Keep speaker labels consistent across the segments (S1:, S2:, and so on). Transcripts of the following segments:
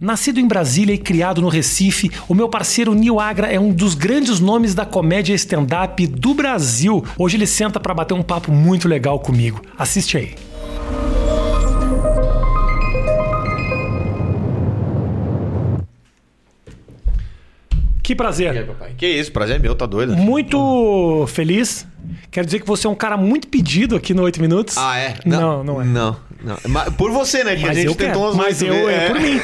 S1: Nascido em Brasília e criado no Recife, o meu parceiro Nil Agra é um dos grandes nomes da comédia stand-up do Brasil. Hoje ele senta para bater um papo muito legal comigo. Assiste aí. Que prazer.
S2: E aí, papai? Que isso, prazer é meu, tá doido?
S1: Muito feliz. Quero dizer que você é um cara muito pedido aqui no 8 Minutos.
S2: Ah, é?
S1: Não, não é.
S2: Não, não. Mas por você, né? Que
S1: Mas
S2: a gente
S1: eu quero.
S2: tentou umas
S1: Mas eu,
S2: vezes,
S1: eu- é,
S2: né?
S1: por mim.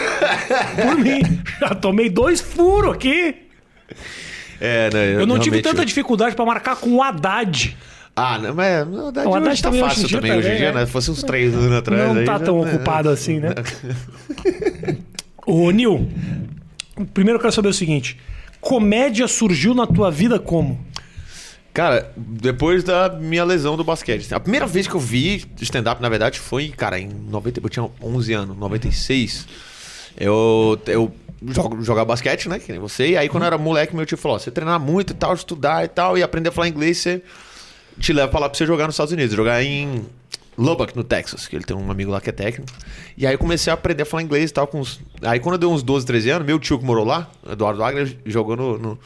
S1: Por mim. Já tomei dois furos aqui.
S2: É, não,
S1: Eu não tive
S2: realmente-
S1: tanta dificuldade pra marcar com o Haddad.
S2: Ah, não, mas o Haddad,
S1: O Haddad
S2: hoje tá
S1: também hoje em
S2: fácil
S1: dia
S2: também,
S1: tá
S2: hoje em
S1: bem,
S2: dia,
S1: é.
S2: né? Se fosse uns três anos atrás.
S1: não
S2: aí,
S1: tá
S2: já-
S1: tão ocupado assim, né? Ô, Nil, primeiro eu quero saber o seguinte. Comédia surgiu na tua vida como?
S2: Cara, depois da minha lesão do basquete. assim, A primeira vez que eu vi stand-up, na verdade, foi, cara, em 90, eu tinha 11 anos, 96. Eu, eu jogo, jogava basquete, né? Que nem você. E aí, quando eu era moleque, meu tio falou: ó, você treinar muito e tal, estudar e tal, e aprender a falar inglês, você te leva pra lá pra você jogar nos Estados Unidos, jogar em Lubbock, no Texas, que ele tem um amigo lá que é técnico. E aí eu comecei a aprender a falar inglês e tal. Com uns... Aí quando eu dei uns 12, 13 anos, meu tio que morou lá, Eduardo Agra, jogou no. no,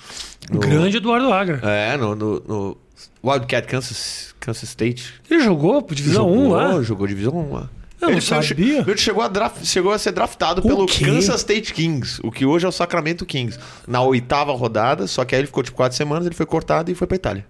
S2: no-
S1: Grande Eduardo Agra.
S2: é, no, no, no Wildcat Kansas, Kansas State.
S1: Ele jogou pro Divisão 1 lá.
S2: Jogou Divisão 1 lá.
S1: Eu não
S2: foi-
S1: sabia.
S2: Ele chegou a, draft- chegou a ser draftado pelo
S1: quê?
S2: Kansas State Kings, o que hoje é o Sacramento Kings, na oitava rodada, só que aí ele ficou tipo quatro semanas, ele foi cortado e foi pra Itália.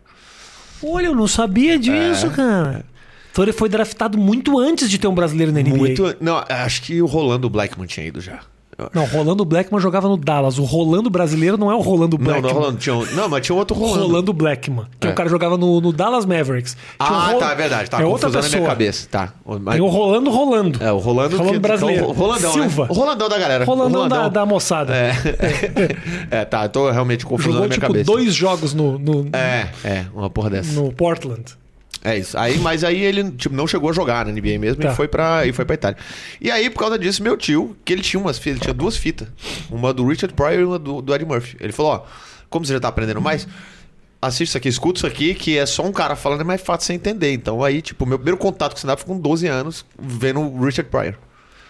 S1: Olha, eu não sabia disso,
S2: É.
S1: cara. Então ele foi draftado muito antes de ter um brasileiro na NBA.
S2: Muito. Não, acho que o Rolando Blackman tinha ido já. Eu-
S1: Não, Rolando Blackman jogava no Dallas. O Rolando brasileiro não é o Rolando
S2: Não,
S1: Blackman.
S2: não, Rolando, tinha um- não, mas tinha outro Rolando.
S1: Rolando Blackman. Que
S2: É.
S1: o cara jogava no, no Dallas Mavericks. Tinha o
S2: Ah,
S1: Ro-
S2: tá, é verdade. Tá
S1: é outra
S2: confusão
S1: pessoa.
S2: na minha cabeça. Tá. Mas-
S1: Tem o Rolando Rolando.
S2: É, o Rolando,
S1: Rolando
S2: que-
S1: brasileiro.
S2: o Rolandão, né?
S1: Silva.
S2: O Rolandão da galera.
S1: Rolandão,
S2: O
S1: Da, da moçada.
S2: É. é, tá, eu tô realmente confusando
S1: Jogou
S2: a minha
S1: tipo
S2: cabeça.
S1: dois jogos no, no,
S2: É, é, uma porra dessa.
S1: no Portland.
S2: É isso. Aí, mas aí ele tipo, não chegou a jogar na NBA mesmo
S1: Tá.
S2: e, foi pra, e foi pra Itália. E aí, por causa disso, meu tio, que ele tinha umas fitas, ele tinha duas fitas. Uma do Richard Pryor e uma do, do Eddie Murphy. Ele falou, ó, como você já tá aprendendo mais, assiste isso aqui, escuta isso aqui, que é só um cara falando, é mais fácil você entender. Então aí, tipo, meu primeiro contato com o stand-up foi com 12 anos, vendo o Richard Pryor.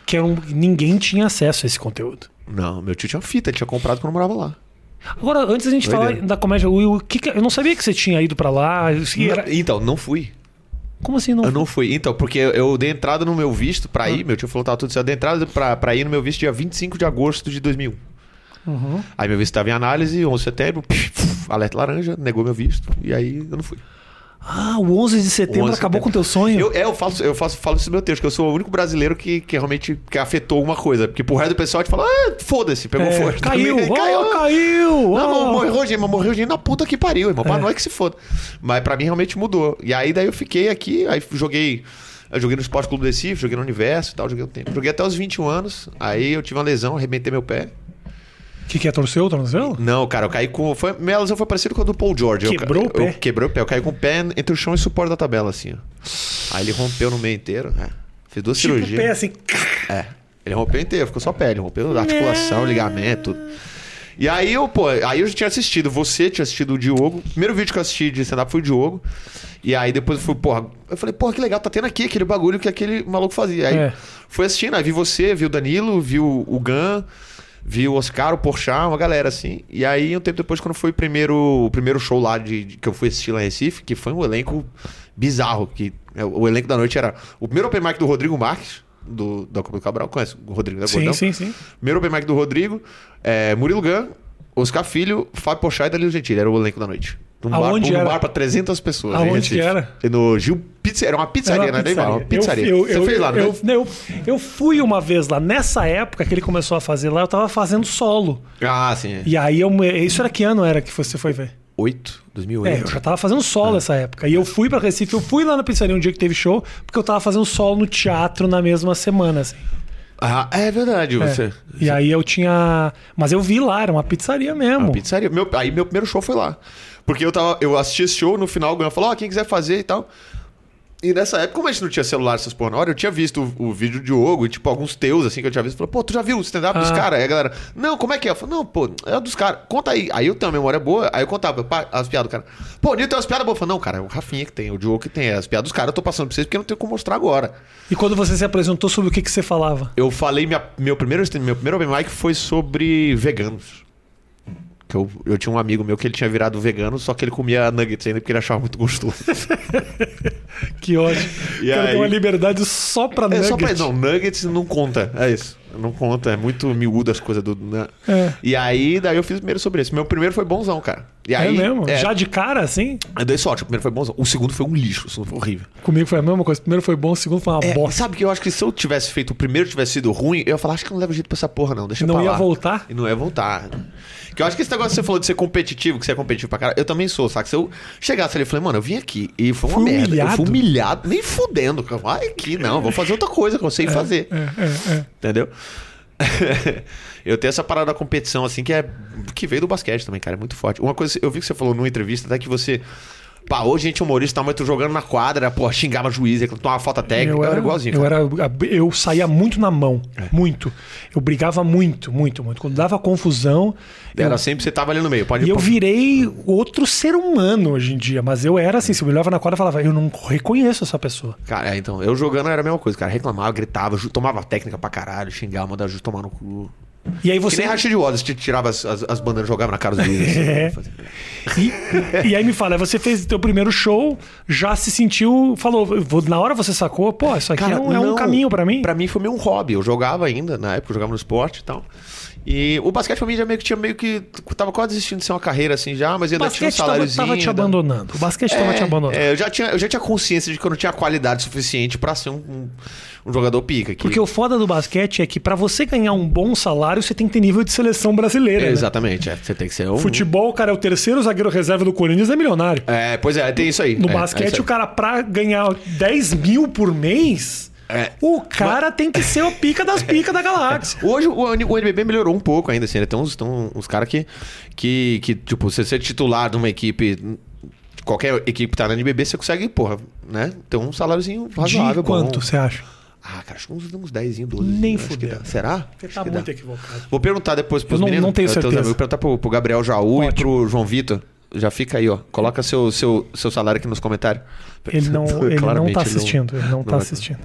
S1: Que era um- ninguém tinha acesso a esse conteúdo.
S2: Não, meu tio tinha fita, ele tinha comprado quando eu morava lá.
S1: Agora, antes da gente
S2: Doideira.
S1: falar da comédia, o, o que que- eu não sabia que você tinha ido pra lá. eu- se era-
S2: Então, não fui.
S1: como assim não?
S2: Eu não fui. Então, porque eu- eu dei entrada no meu visto
S1: Ah.
S2: pra ir, meu tio falou que tava tudo certo. Eu dei entrada pra, pra ir no meu visto dia 25 de agosto de 2001.
S1: Uhum.
S2: Aí meu visto tava em análise, 11 de setembro, alerta laranja, negou meu visto, e aí eu não fui.
S1: Ah, o 11 de setembro
S2: 11 de
S1: acabou
S2: setembro.
S1: com o teu sonho.
S2: Eu, é, eu, faço, eu faço, falo isso no meu texto, que eu sou o único brasileiro que, que realmente que afetou alguma coisa. Porque pro resto do pessoal te fala, ah, foda-se, pegou
S1: É,
S2: fogo.
S1: caiu,
S2: também.
S1: oh, caiu, caiu.
S2: Não,
S1: oh.
S2: mas morreu gente, mas morreu gente na puta que pariu, irmão.
S1: É.
S2: Pra nós que se foda. Mas pra mim realmente mudou. E aí daí eu fiquei aqui, aí joguei. Eu joguei no Esporte Clube do Recife, joguei no Universo e tal, joguei um tempo. Joguei até os 21 anos, aí eu tive uma lesão, arrebentei meu pé.
S1: O que, que é torceu o tornozelo?
S2: Não, cara, eu caí com. Foi, minha lesão foi parecida com a do Paul George. Eu ca-
S1: Quebrou o
S2: eu,
S1: pé?
S2: quebrei o pé. Eu caí com o pé entre o chão e o suporte da tabela, assim, ó. Aí ele rompeu no meio inteiro. É. Fiz duas
S1: Tipo o
S2: cirurgias.
S1: pé assim.
S2: É. Ele rompeu inteiro, ficou só pele, rompeu a articulação, ligamento. tudo. E aí eu, pô, aí eu já tinha assistido, você tinha assistido o Diogo. O primeiro vídeo que eu assisti de stand-up foi o Diogo. E aí depois eu fui, porra, eu falei, porra, que legal, tá tendo aqui aquele bagulho que aquele maluco fazia. Aí
S1: É.
S2: fui assistindo, aí vi você, vi o Danilo, vi o, o Gan, vi o Oscar, o Porchat, uma galera assim. E aí um tempo depois, quando foi o primeiro, o primeiro show lá de, de- que eu fui assistir lá em Recife, que foi um elenco bizarro, que é, o elenco da noite era o primeiro open mic do Rodrigo Marques, do, da Copa do Cabral, conhece o Rodrigo da
S1: Sim,
S2: é Gordão?
S1: sim, sim.
S2: Primeiro Open Mic do Rodrigo, é, Murilo Gun, Oscar Filho, Fábio Pochá e Danilo Gentili. Era o elenco da noite. Num bar,
S1: Aonde
S2: num
S1: era?
S2: bar pra 300 pessoas. em
S1: Aonde
S2: Recife.
S1: que era?
S2: No Gil Pizza. Era uma pizzaria,
S1: Era uma
S2: né? Daí, Uma pizzaria.
S1: Eu, eu,
S2: Você
S1: eu,
S2: fez lá, né?
S1: eu, não, eu, eu fui uma vez lá. Nessa época que ele começou a fazer lá, eu tava fazendo solo.
S2: Ah, sim. é.
S1: E aí, eu, isso era que ano era que você foi ver?
S2: 8,
S1: É, eu
S2: 2008.
S1: já tava fazendo solo nessa época. E eu fui pra Recife, eu fui lá na pizzaria um dia que teve show, porque eu tava fazendo solo no teatro na mesma semana, assim.
S2: Ah, é verdade,
S1: É.
S2: você.
S1: E aí eu tinha. Mas eu vi lá, era uma pizzaria mesmo.
S2: Uma pizzaria. Meu, aí "Ah, meu primeiro show foi lá. Porque eu, tava, eu assisti esse show, no final o Gun falou, ó, quem quiser fazer e tal. E nessa época, como a gente não tinha celular, essas porra na hora, eu tinha visto o, o vídeo do Diogo e, tipo, alguns teus, assim, que eu tinha visto. Falei, pô, tu já viu o stand-up dos
S1: Ah.
S2: caras? Aí a galera, não, como é que é? Eu falei, não, pô, é dos caras. Conta aí. Aí eu tenho uma memória boa, aí eu contava pá, as piadas do cara. Pô, Nil tem umas piadas boas. Eu falei, não, cara, é o Rafinha que tem, é o Diogo que tem. é As piadas dos caras eu tô passando pra vocês porque eu não tenho como mostrar agora.
S1: E quando você se apresentou, sobre o que, que você falava?
S2: Eu falei, minha, meu, primeiro, stand- meu primeiro open mic foi sobre veganos. Que eu, eu tinha um amigo meu que ele tinha virado vegano, só que ele comia nuggets ainda porque ele achava muito gostoso.
S1: Que ódio.
S2: E
S1: Quero ter uma
S2: aí?
S1: liberdade só pra
S2: É
S1: nugget.
S2: só pra. Não, nuggets não conta. É isso. Não conta. É muito miúdo as coisas do. né?
S1: É.
S2: E aí, daí eu fiz o primeiro sobre esse. Meu primeiro foi bonzão, cara. E
S1: É
S2: aí,
S1: mesmo?
S2: É,
S1: Já de cara, assim?
S2: Eu dei sorte. O primeiro foi bonzão. O segundo foi um lixo. O segundo foi horrível.
S1: Comigo foi a mesma coisa. Primeiro foi bom, o segundo foi uma
S2: É,
S1: bosta.
S2: sabe que eu acho que se eu tivesse feito o primeiro tivesse sido ruim, eu ia falar, acho que não leva jeito pra essa porra, não. Deixa
S1: Não
S2: pra
S1: ia
S2: lá.
S1: voltar?
S2: E não ia voltar. Que eu acho que esse negócio que você falou de ser competitivo, que você é competitivo pra cara, eu também sou, saca? Se eu chegasse ali e falei, mano, eu vim aqui e foi uma
S1: Fui
S2: merda. Eu
S1: humilhado.
S2: fui humilhado, nem fudendo. cara. Vai aqui, não, vou fazer outra coisa que eu sei fazer.
S1: É, é, é.
S2: Entendeu? eu tenho essa parada da competição, assim, que é. Que veio do basquete também, cara. É muito forte. Uma coisa, eu vi que você falou numa entrevista, até que você. Pá, hoje a gente é humorista, tá, mas tu jogando na quadra, pô, xingava juiz, tomava falta técnica, eu É, era, igualzinho.
S1: Eu,
S2: cara. É.
S1: era, eu saía muito na mão. Muito. Eu brigava muito, muito, muito. Quando dava confusão. eu-
S2: Era sempre você tava ali no meio. Pode
S1: E eu
S2: pô,
S1: virei outro ser humano hoje em dia. Mas eu era assim, se eu me olhava na quadra, eu falava, eu não reconheço essa pessoa.
S2: Cara, é, então, eu jogando era a mesma coisa, cara. Reclamava, gritava, ju- tomava técnica pra caralho, xingava, mandava ju- tomar no cu.
S1: E aí
S2: Você...
S1: você.
S2: Que nem Rashid Wallace, te tirava as, as, as bandas, jogava na cara dos juízes.
S1: É. E, e aí me fala, você fez teu primeiro show, já se sentiu, falou, eu vou- na hora você sacou, pô, isso aqui é, um, é um
S2: não.
S1: caminho pra mim.
S2: Pra mim foi meio um hobby. Eu jogava ainda, na época, eu jogava no esporte e tal. E o basquete pra mim já meio que tinha meio que. Tava quase desistindo de ser uma carreira assim já, mas
S1: O
S2: ainda tinha um
S1: basquete tava,
S2: saláriozinho.
S1: tava te
S2: ainda.
S1: abandonando. O basquete tava te abandonando.
S2: É, eu, já tinha, eu já tinha consciência de que eu não tinha qualidade suficiente pra ser um, um, um jogador pica. Que...
S1: Porque o foda do basquete é que pra você ganhar um bom salário, você tem que ter nível de seleção brasileira. né?
S2: Exatamente, é. Você tem que ser um.
S1: Futebol, o cara é o terceiro zagueiro reserva do Corinthians, é milionário.
S2: É, pois é, tem isso aí.
S1: No
S2: É, é
S1: basquete,
S2: isso aí.
S1: o cara, pra ganhar 10 mil por mês,
S2: É.
S1: o cara tem que ser a pica das picas da galáxia.
S2: Hoje o N- o NBB melhorou um pouco ainda, assim. Ainda tem uns, tem uns caras que, que, que, tipo, você ser titular de uma equipe. Qualquer equipe que tá na NBB, você consegue, porra, né? Ter um saláriozinho razoável.
S1: De quanto
S2: Bom.
S1: você acha?
S2: Ah, cara, acho que uns, uns 10, 12.
S1: Nem
S2: acho que
S1: fudeu.
S2: dá. Será?
S1: Você
S2: Acho
S1: tá
S2: que
S1: muito
S2: dá.
S1: equivocado.
S2: Vou perguntar depois
S1: Eu
S2: pros
S1: não-
S2: meninos.
S1: não tenho
S2: teus
S1: certeza.
S2: Vou perguntar pro, pro Gabriel Jaú e
S1: Ótimo.
S2: pro João Vitor. Já fica aí, ó. Coloca seu, seu, seu salário aqui nos comentários.
S1: Ele não, ele não
S2: Claramente, é.
S1: tá assistindo. Ele não tá
S2: vai-
S1: assistindo.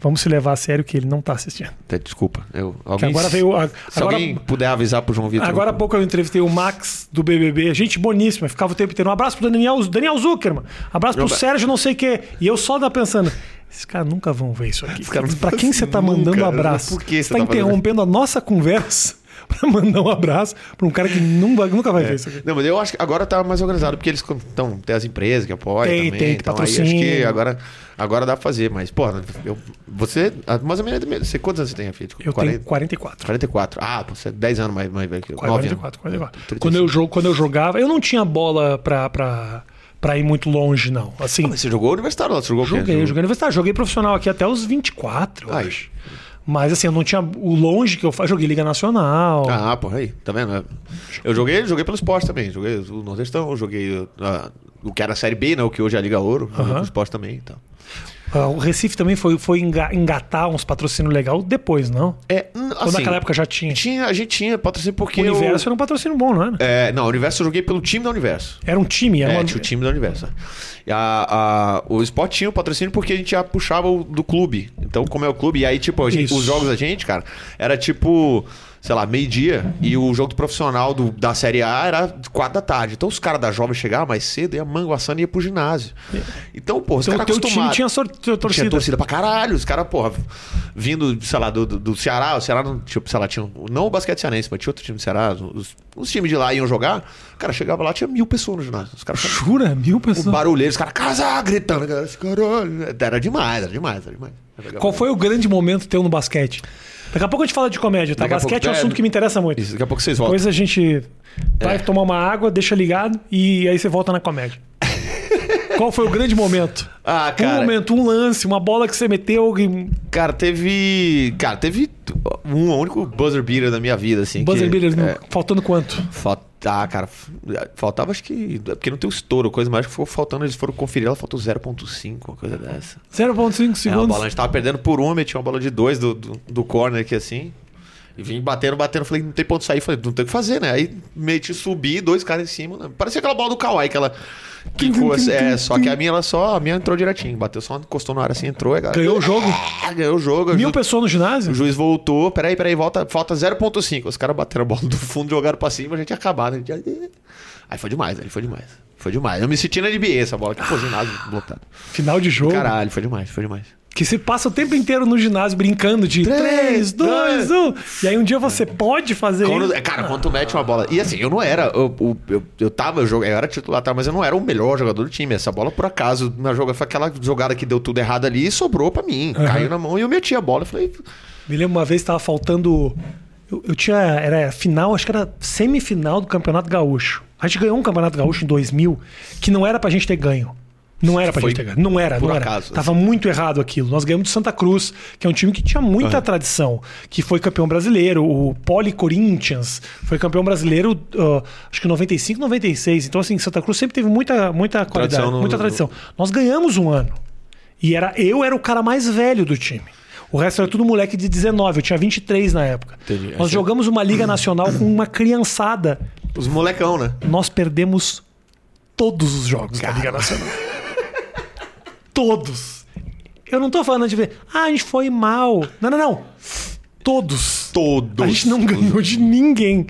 S1: Vamos se levar a sério que ele não tá assistindo.
S2: Tá, Desculpa. Eu,
S1: Que
S2: alguém,
S1: agora veio. a-
S2: Se
S1: Agora,
S2: alguém puder avisar pro João Vitor.
S1: Agora há pouco eu entrevistei o Max do BBB, gente boníssima, ficava o tempo inteiro. Um abraço pro Daniel, Daniel Zuckerman, abraço pro
S2: Oba.
S1: Sérgio, não sei o quê. E eu só tava pensando, esses caras nunca vão ver isso aqui.
S2: caras
S1: Pra quem você tá
S2: nunca,
S1: mandando um abraço?
S2: por que você
S1: tá,
S2: tá fazendo
S1: interrompendo a nossa conversa pra mandar um abraço pra um cara que nunca, vai- nunca vai
S2: É.
S1: ver isso aqui.
S2: Não, mas eu acho que agora tá mais organizado, porque eles estão. Tem as empresas que apoiam
S1: Tem,
S2: também.
S1: tem, que
S2: então aí acho
S1: patrocínio.
S2: que agora, agora dá pra fazer. Mas, porra, eu, você. a- Mais ou menos. é do mesmo. Você, quantos anos você tem, Rafinha?
S1: Eu tenho 44.
S2: 44. Ah, pô, você é 10 anos mais, mais velho que eu. 9 anos.
S1: 44, 44.
S2: 35.
S1: Quando eu, jogo, quando eu jogava, eu não tinha bola pra, pra, pra ir muito longe, não. Assim,
S2: Ah, mas você jogou universitário lá? Você jogou o quê?
S1: Joguei,
S2: Jogou-
S1: joguei universitário. Joguei profissional aqui até os 24, eu
S2: Aí.
S1: acho. Mas assim, eu não tinha o longe que eu faço. Joguei Liga Nacional.
S2: Ah, porra, aí, tá vendo? Eu joguei, joguei pelo esporte também. Joguei o Nordestão, eu joguei ah, o que era a Série B, né? O que hoje é a Liga Ouro. Joguei pelo esporte também então. e tal.
S1: Ah, o Recife também foi, foi enga- engatar uns patrocínios legal depois, não?
S2: É, hum,
S1: Ou
S2: assim,
S1: naquela época já tinha?
S2: tinha. A gente tinha patrocínio porque.
S1: O Universo
S2: eu-
S1: era um patrocínio bom, não era?
S2: É, não, o Universo eu joguei pelo time da Universo.
S1: Era um time, era
S2: É,
S1: uma...
S2: tinha o time da Universo. E a- a- o esporte tinha o patrocínio porque a gente já puxava o do clube. Então, como é o clube, e aí, tipo, a gente-
S1: Isso.
S2: os jogos da gente, cara, era tipo, sei lá, meio-dia. E o jogo do profissional do- da Série A era quatro da tarde. Então, os caras da Jovem chegavam mais cedo e a manguaçana ia pro ginásio. Então, pô, os
S1: É. Então, o
S2: caras
S1: teu time
S2: acostumados.
S1: tinha sor- tinha torcida.
S2: Tinha torcida pra caralho. Os caras, porra, vindo, sei lá, do, do, do Ceará. O Ceará não, tipo, sei lá, tinha. um- Não o basquete cearense, mas tinha outro time do Ceará. Os, os times de lá iam jogar. Cara, chegava lá, tinha mil pessoas no ginásio. Os caras ficavam
S1: Jura? Mil pessoas.
S2: barulheiros, os caras casar, gritando. Cara, esse caralho. Era demais, era demais, era demais. Era legal.
S1: Qual foi o grande momento teu no basquete? Daqui a pouco a gente fala de comédia, tá?
S2: Daqui a
S1: basquete é um
S2: pouco- é.
S1: assunto que me interessa muito.
S2: Isso, daqui a pouco vocês voltam.
S1: Depois a gente
S2: É.
S1: vai tomar uma água, deixa ligado e aí você volta na comédia. Qual foi o grande momento?
S2: Ah,
S1: Um
S2: cara.
S1: momento, um lance, uma bola que você meteu. e- um
S2: Cara, teve. Cara, teve um único buzzer beater da minha vida, assim.
S1: Buzzer
S2: que-
S1: beater,
S2: é,
S1: faltando quanto?
S2: Falt... Ah, cara, f- faltava acho que. Porque não tem o estouro, coisa mais que ficou faltando. Eles foram conferir, ela faltou 0,5, uma coisa dessa.
S1: 0,5
S2: É, a
S1: segundos.
S2: bola a gente tava perdendo por uma, e tinha uma bola de dois do, do, do corner aqui assim. E vim batendo, batendo, falei, não tem ponto de sair, falei, não tem o que fazer, né? Aí meti, subi, dois caras em cima. Né? Parecia aquela bola do Kawhi que ela quicou, assim, é, só que a minha ela só, a minha entrou direitinho, bateu só, encostou na área assim, entrou, aí, galera,
S1: Ganhou o jogo.
S2: Ah, ganhou o jogo.
S1: Mil
S2: ju-
S1: pessoas no ginásio?
S2: o juiz voltou, peraí, peraí, volta, falta 0.5. Os caras bateram a bola do fundo, jogaram pra cima, a gente ia acabar, né? A gente- Aí foi demais, aí foi demais. Foi demais. Eu me senti na NBA essa bola, que pô, ginásio lotado.
S1: Final de jogo.
S2: Caralho, foi demais, foi demais.
S1: Que você passa o tempo inteiro no ginásio brincando de 3,
S2: Três,
S1: 2,
S2: dois. é.
S1: 1. E aí um dia você pode fazer
S2: Quando-
S1: isso.
S2: é, cara, quando tu mete uma bola. E assim, eu não era. Eu, eu, eu, eu tava, eu, joga- eu era titular, tá, mas eu não era o melhor jogador do time. Essa bola, por acaso, na joga, foi aquela jogada que deu tudo errado ali e sobrou pra mim. Caiu na mão e eu meti a bola. Eu falei,
S1: Me lembro uma vez estava faltando. Eu, eu tinha. Era final, acho que era semifinal do Campeonato Gaúcho. A gente ganhou um Campeonato Gaúcho em 2000 que não era pra gente ter ganho. Não era pra
S2: Foi
S1: gente ter ganho. Não era,
S2: por
S1: não era.
S2: acaso, assim.
S1: Tava muito errado aquilo. Nós ganhamos do Santa Cruz, que é um time que tinha muita tradição, que foi campeão brasileiro. O Poli Corinthians foi campeão brasileiro, ah, acho que 95, 96. Então, assim, Santa Cruz sempre teve muita, muita qualidade,
S2: no-
S1: muita
S2: no-
S1: tradição. Nós ganhamos um ano. E era, eu era o cara mais velho do time. O resto era tudo moleque de 19, eu tinha 23 na época.
S2: Entendi.
S1: Nós
S2: Essa-
S1: jogamos uma Liga Nacional com uma criançada.
S2: os molecão, né?
S1: Nós perdemos todos os jogos da Liga Nacional. todos. Eu não tô falando de ver, ah, a gente foi mal. Não, não, não. Todos.
S2: Todos.
S1: A gente não ganhou de ninguém.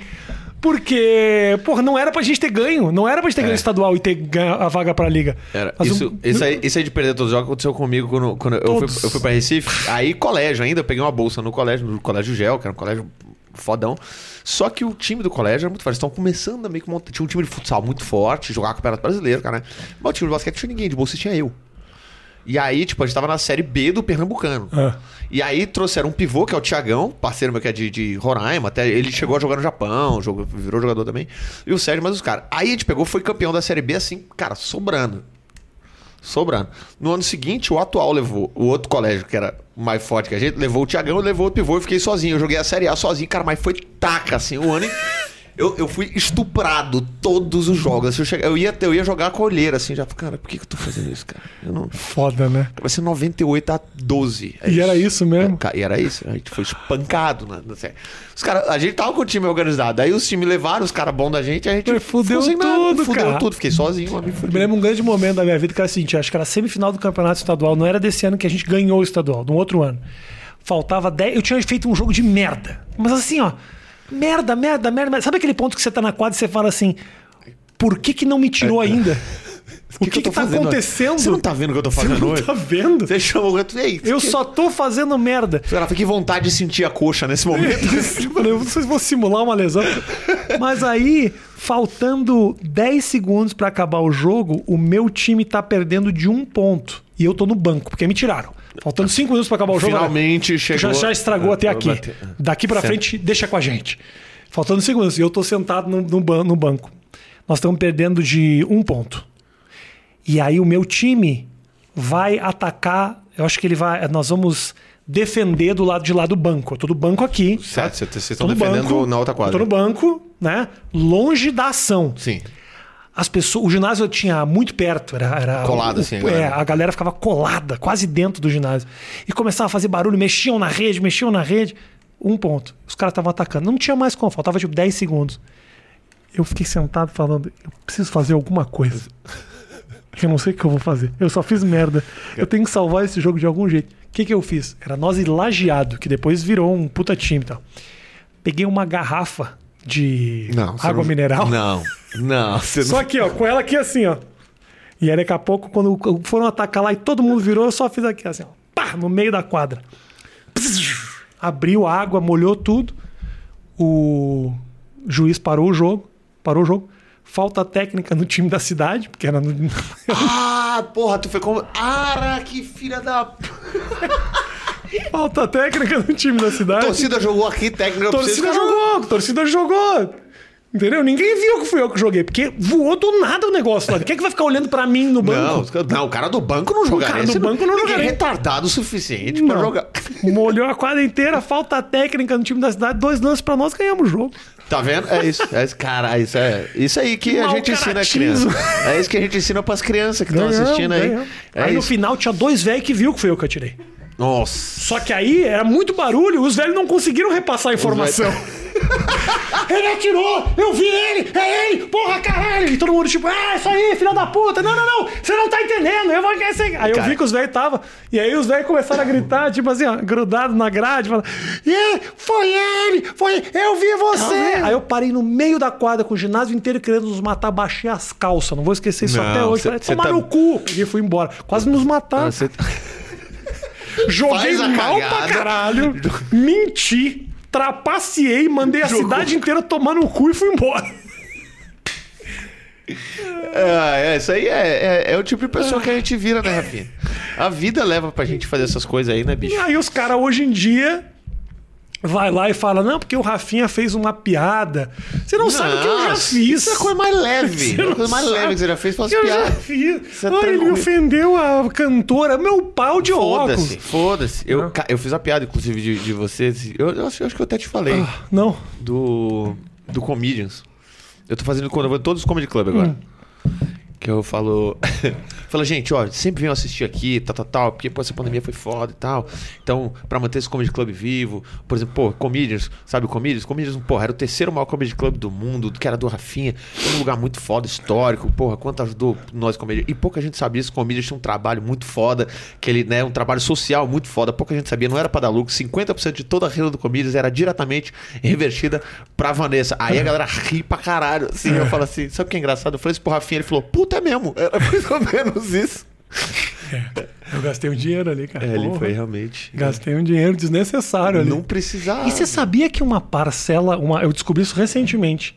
S1: Porque, porra, não era pra gente ter ganho. Não era pra gente ter ganho estadual e ter ganho a vaga pra liga.
S2: É. Era.
S1: Mas
S2: isso,
S1: um-
S2: isso, aí, isso aí de perder todos os jogos aconteceu comigo quando, quando eu, fui,
S1: Todos.
S2: eu fui pra Recife. Aí, colégio ainda, eu peguei uma bolsa no colégio, no colégio Gel, que era um colégio fodão. Só que o time do colégio era muito forte. Eles estavam começando a meio que montar. Tinha um time de futsal muito forte, jogava campeonato brasileiro, cara. né? Mas o time de basquete não tinha ninguém, de bolsa tinha eu. E aí, tipo, a gente tava na série B do Pernambucano.
S1: Ah.
S2: E aí trouxeram um pivô, que é o Thiagão, parceiro meu que é de, de Roraima, até ele chegou a jogar no Japão, jogou, virou jogador também. E o Sérgio, mas os caras. Aí a gente pegou, foi campeão da série B, assim, cara, sobrando. Sobrando. No ano seguinte, o atual levou, o outro colégio, que era mais forte que a gente, levou o Thiagão, levou o pivô, eu fiquei sozinho. Eu joguei a série A sozinho, cara, mas foi taca, assim, o ano. em- Eu, eu fui estuprado todos os jogos. Assim, eu, cheguei- eu ia, ter- eu ia jogar com a olheira, assim, já. Cara, por que, que eu tô fazendo isso, cara? Eu não.
S1: Foda, né?
S2: Vai ser 98 a 12. É
S1: E era isso mesmo?
S2: É, ca- e era isso. A gente foi espancado na, na série. Os cara, a gente tava com o time organizado. Aí os times levaram os caras bons da gente. A gente
S1: Mas fudeu
S2: ficou sem nada,
S1: tudo,
S2: fudeu
S1: cara.
S2: tudo. Fiquei sozinho. lá, me fudi.
S1: Eu me lembro um grande momento da minha vida que era o seguinte: acho que era semifinal do campeonato estadual, não era desse ano que a gente ganhou o estadual, de um outro ano. Faltava 10. Eu tinha feito um jogo de merda. Mas assim, ó. Merda, merda, merda. merda. Sabe aquele ponto que você tá na quadra e você fala assim: por que que não me tirou ainda? O que, que,
S2: eu tô
S1: tá
S2: fazendo?
S1: acontecendo?
S2: Você não tá vendo o que eu tô
S1: Você
S2: fazendo
S1: não
S2: hoje?
S1: tá vendo?
S2: Você chamou o outro. Ei,
S1: Eu
S2: que-
S1: só tô fazendo merda.
S2: Cara, que vontade de sentir a coxa nesse momento.
S1: Eu falei, eu não sei se vou simular uma lesão. Mas aí, faltando 10 segundos pra acabar o jogo, o meu time tá perdendo de um ponto. E eu tô no banco, porque me tiraram. Faltando 5 minutos pra acabar o jogo.
S2: Finalmente
S1: né?
S2: chegou.
S1: Já, já estragou
S2: Ah,
S1: até
S2: eu
S1: aqui.
S2: bati- ah.
S1: Daqui pra
S2: Certo.
S1: frente, deixa com a gente. Faltando 5 minutos. E eu tô sentado no, no ban- no banco. Nós estamos perdendo de um ponto. E aí o meu time vai atacar. Eu acho que ele vai. Nós vamos defender do lado de lá do banco. Eu tô do banco aqui.
S2: Certo, cê- vocês
S1: Tô
S2: estão
S1: Tá no
S2: defendendo
S1: banco,
S2: na outra
S1: eu Tô
S2: quadra.
S1: no banco, né? Longe da ação.
S2: Sim.
S1: As pessoas, o ginásio eu tinha muito perto, era, era
S2: Colado,
S1: o-
S2: assim, a
S1: é,
S2: galera.
S1: a galera ficava colada, quase dentro do ginásio e começava a fazer barulho, mexiam na rede, mexiam na rede, um ponto. Os caras estavam atacando, não tinha mais como, faltava tipo 10 segundos. Eu fiquei sentado falando, eu preciso fazer alguma coisa. Eu não sei o que eu vou fazer. Eu só fiz merda. Eu tenho que salvar esse jogo de algum jeito. O que, que eu fiz? Era nós e Lajeado, que depois virou um puta time e tal. Peguei uma garrafa de
S2: Não. você
S1: água
S2: não-
S1: mineral.
S2: Não. Não. você não-
S1: Só aqui, ó, com ela aqui assim, ó. E aí daqui a pouco, quando foram atacar lá e todo mundo virou, eu só fiz aqui assim, ó. Pá, no meio da quadra. Psiu. abriu a água, molhou tudo. O juiz parou o jogo. Parou o jogo. Falta técnica no time da cidade, porque era no...
S2: Ah, porra, tu foi como. Ara, que filha da.
S1: falta técnica no time da cidade.
S2: Torcida jogou aqui, técnica. pra vocês.
S1: Torcida jogou, torcida jogou. Entendeu? Ninguém viu que fui eu que joguei, porque voou do nada o negócio lá. Quem é que vai ficar olhando pra mim no
S2: Não,
S1: banco?
S2: os caras- não, o cara do banco não jogaria.
S1: cara do
S2: Você
S1: banco não
S2: ninguém
S1: jogaria.
S2: é retardado o suficiente pra
S1: Não.
S2: jogar.
S1: Molhou a quadra inteira, falta técnica no time da cidade, dois lances pra nós, ganhamos o jogo.
S2: Tá vendo? É isso. É isso. Cara, isso é isso aí que a
S1: Mau
S2: gente ensina a
S1: caratismo.
S2: criança. É isso que a gente ensina pras crianças que estão
S1: Ganhamos,
S2: assistindo aí.
S1: ganhamos.
S2: É
S1: aí no
S2: isso.
S1: final tinha dois velhos que viu que foi eu que atirei.
S2: Nossa.
S1: Só que aí era muito barulho, os velhos não conseguiram repassar a informação. Ah, ele atirou, eu vi ele, é ele, porra caralho. E todo mundo tipo, ah, isso aí, filha da puta, não, não, não, você não tá entendendo, eu vou aquecer. Aí eu
S2: Cara.
S1: vi que os velhos tava, e aí os velhos começaram a gritar, tipo assim, ó, grudado na grade, falando,
S2: É,
S1: "Ih, foi ele, foi, eu vi você. aí eu parei no meio da quadra com o ginásio inteiro querendo nos matar, baixei as calças, não vou esquecer isso
S2: Não,
S1: até hoje.
S2: cê-
S1: Falei,
S2: cê
S1: tomar
S2: tá-
S1: no cu. E fui embora, quase nos mataram.
S2: Ah, Você- tá-
S1: Joguei
S2: Faz a
S1: mal
S2: cagada.
S1: pra caralho, menti, trapaceei, mandei a
S2: Jogou.
S1: cidade inteira tomar no cu e fui embora.
S2: É, é, isso aí é, é- é o tipo de pessoa que a gente vira, né, Rafinha? A vida leva pra gente fazer essas coisas aí, né,
S1: E
S2: bicho?
S1: aí os caras hoje em dia vai lá e fala: "Não, porque o Rafinha fez uma piada". Você não, sabe o que eu já
S2: Nossa,
S1: fiz.
S2: Isso é a coisa mais leve.
S1: Você
S2: É a
S1: não
S2: coisa mais
S1: sabe.
S2: leve que você já fez. Fala
S1: que
S2: assim,
S1: eu já
S2: piada.
S1: fiz.
S2: Você é
S1: Ai, ele
S2: tranquilo.
S1: ofendeu a cantora, meu pau de óculos.
S2: Foda-se, foda-se. Eu, ca- eu fiz a piada, inclusive, de, de vocês. Eu, eu acho, eu acho que eu até te falei.
S1: Não.
S2: do, do Comedians. Eu tô fazendo quando eu vou em todos os Comedy Club agora. Que eu falo. falo, gente, ó, sempre venham assistir aqui, tal, tal, tal, porque pô, essa pandemia foi foda e tal. Então, pra manter esse Comedy Club vivo, por exemplo, pô, Comedians, sabe o Comedians? Comedians, porra, era o terceiro maior Comedy Club do mundo, que era do Rafinha. Era um lugar muito foda, histórico, porra, quanto ajudou nós Comedians. E pouca gente sabia, esse Comedians tinha um trabalho muito foda, que ele, né, um trabalho social muito foda, pouca gente sabia, não era pra dar lucro, 50% de toda a renda do Comedians era diretamente revertida pra Vanessa. Aí a galera ri pra caralho, assim, eu falo assim, sabe o que é engraçado? Eu falei isso pro Rafinha, ele falou, puta é mesmo, era mais ou menos isso.
S1: Eu gastei um dinheiro ali, cara.
S2: É, ele
S1: Porra.
S2: foi realmente...
S1: Gastei um dinheiro desnecessário ali.
S2: Não precisava.
S1: E você sabia que uma parcela, uma, eu descobri isso recentemente,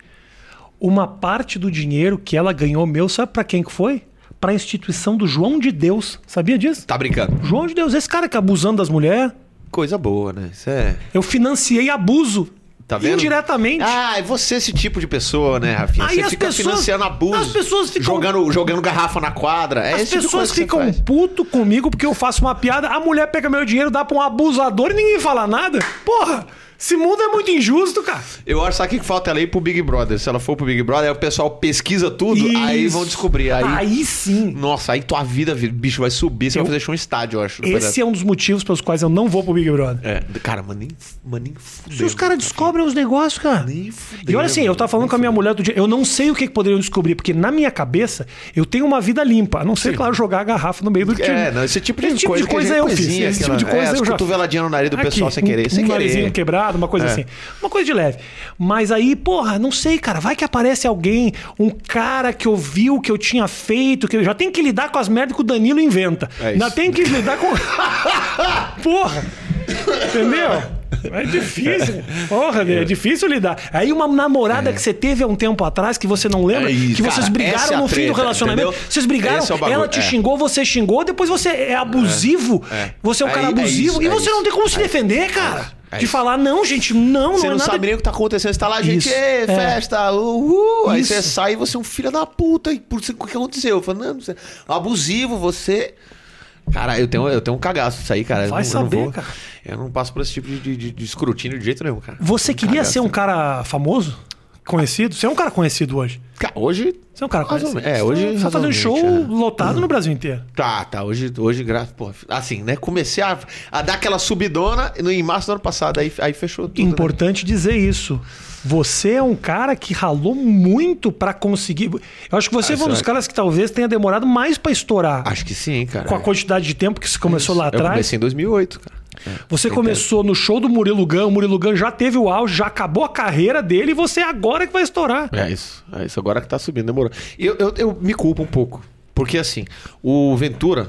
S1: uma parte do dinheiro que ela ganhou meu, sabe pra quem que foi? Pra instituição do João de Deus. Sabia disso?
S2: Tá brincando.
S1: João de Deus, esse cara que é abusando das mulheres,
S2: Coisa boa, né? Isso é...
S1: eu financiei abuso.
S2: Tá vendo?
S1: Indiretamente.
S2: Ah, é você esse tipo de pessoa, né, Rafinha?
S1: Aí
S2: você
S1: as
S2: fica
S1: pessoas-
S2: financiando abuso.
S1: as pessoas ficam-
S2: Jogando, jogando garrafa na quadra. É
S1: As
S2: esse tipo de
S1: pessoas
S2: coisa que você
S1: ficam
S2: faz.
S1: puto comigo porque eu faço uma piada, a mulher pega meu dinheiro, dá pra um abusador e ninguém fala nada. Porra, esse mundo é muito injusto, cara.
S2: Eu acho sabe o que falta ela ir pro Big Brother. Se ela for pro Big Brother, aí o pessoal pesquisa tudo, aí
S1: Isso.
S2: vão descobrir. Aí,
S1: Aí sim.
S2: Nossa, aí tua vida, vi- bicho, vai subir. Você vai fazer show em estádio, eu acho.
S1: Esse é um dos motivos pelos quais eu não vou pro Big Brother.
S2: é... Cara, mas nem, mas nem fudeu.
S1: Se os caras descobrem os negócios, cara.
S2: Nem fudeu,
S1: E olha assim, eu tava falando
S2: nem
S1: com a minha
S2: fudeu.
S1: mulher outro dia, eu não sei o que, que poderiam descobrir, porque na minha cabeça eu tenho uma vida limpa, a não ser, claro, jogar a garrafa no meio do time.
S2: É, não, esse tipo de
S1: Esse tipo
S2: coisa.
S1: de coisa eu fiz. Esse tipo de coisa eu já
S2: cotoveladinha no nariz do
S1: Aqui,
S2: pessoal sem querer.
S1: um,
S2: Sem
S1: um narizinho
S2: querer.
S1: quebrado, uma coisa
S2: É.
S1: assim. Uma coisa de leve. Mas aí, porra, não sei, cara. Vai que aparece alguém, um cara que ouviu que eu tinha feito, que eu já tem que lidar com as merdas que o Danilo inventa.
S2: É
S1: Ainda
S2: isso.
S1: tem que lidar com. porra! Entendeu? É difícil. Porra, é. é difícil lidar. Aí uma namorada que você teve há um tempo atrás, que você não lembra,
S2: É isso,
S1: que vocês
S2: cara, essa é
S1: brigaram
S2: a
S1: no fim do
S2: treta,
S1: relacionamento.
S2: entendeu?
S1: Vocês brigaram,
S2: Esse é o bagulho,
S1: ela te
S2: é.
S1: xingou, você xingou, depois você é abusivo,
S2: é.
S1: você é um
S2: Aí-
S1: cara
S2: é
S1: abusivo,
S2: isso,
S1: e
S2: é
S1: você não
S2: isso.
S1: tem como se defender, cara.
S2: É
S1: de
S2: isso.
S1: falar, não, gente, não,
S2: Você
S1: não é
S2: não
S1: nada.
S2: sabe nem o que tá acontecendo. Você tá lá, gente,
S1: Isso,
S2: "Ê,
S1: é.
S2: festa, uhul. Aí você
S1: Isso.
S2: sai e você é um filho da puta. E por isso, o que aconteceu? Falando, você é abusivo, você. Cara, eu tenho, eu tenho um cagaço disso aí,
S1: Vai
S2: cara. eu não, eu não
S1: saber,
S2: vou-
S1: cara.
S2: Eu não passo por esse tipo de, de- de- de escrutínio de jeito nenhum, cara.
S1: Você queria
S2: cagaço.
S1: ser um cara famoso? Conhecido? Você é um cara conhecido hoje.
S2: Cara, hoje.
S1: Você é um cara
S2: Mais ou
S1: conhecido.
S2: menos. É, hoje,
S1: Você tá fazendo
S2: razoavelmente,
S1: show
S2: é.
S1: lotado no Brasil inteiro.
S2: Tá, tá. Hoje, hoje gra... pô, assim, né? Comecei a, a dar aquela subidona no- em março do ano passado. Aí, aí fechou tudo. né?
S1: Importante dizer isso. Você é um cara que ralou muito pra conseguir. Eu acho que você
S2: Ah,
S1: foi um dos
S2: será?
S1: caras que talvez tenha demorado mais pra estourar.
S2: Acho que sim, cara.
S1: Com a quantidade de tempo que você começou lá
S2: Ah, é. Eu
S1: atrás.
S2: comecei em 2008, cara.
S1: Você começou no show do Murilo Gun, o Murilo Gun já teve o auge, já acabou a carreira dele e você agora que vai estourar.
S2: É isso, é isso. Agora que tá subindo, demorou. E Eu, eu, eu me culpo um pouco. Porque assim, o Ventura,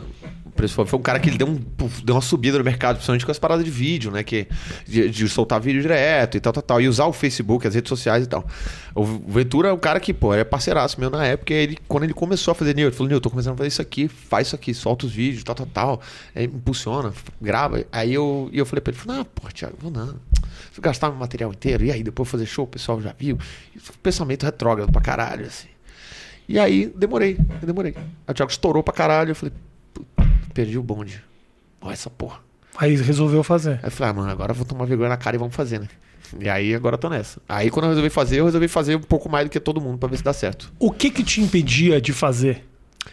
S2: principalmente, foi um cara que ele deu, um, puf, deu uma subida no mercado, principalmente com as paradas de vídeo, né? Que, de, de soltar vídeo direto e tal, tal, tal. E usar o Facebook, as redes sociais e tal. O Ventura é um cara que, pô, é parceiraço meu na época. e Ele, quando ele começou a fazer Neil, ele falou, Neil, eu tô começando a fazer isso aqui, faz isso aqui, solta os vídeos, tal, tal, tal. Aí, impulsiona, grava. Aí eu, e eu falei pra ele, falei, ah, pô, Thiago, vou não. Se eu gastar meu material inteiro, e aí depois fazer show, o pessoal já viu. Pensamento retrógrado pra caralho, assim. E aí demorei, eu demorei. A Thiago estourou pra caralho. Eu falei, "Puta, perdi o bonde. Olha essa porra.
S1: Aí resolveu fazer.
S2: Aí eu falei, ah, mano, agora eu vou tomar vergonha na cara e vamos fazer, né? E aí agora eu tô nessa. Aí quando eu resolvi fazer, eu resolvi fazer um pouco mais do que todo mundo pra ver se dá certo.
S1: O que que te impedia de fazer?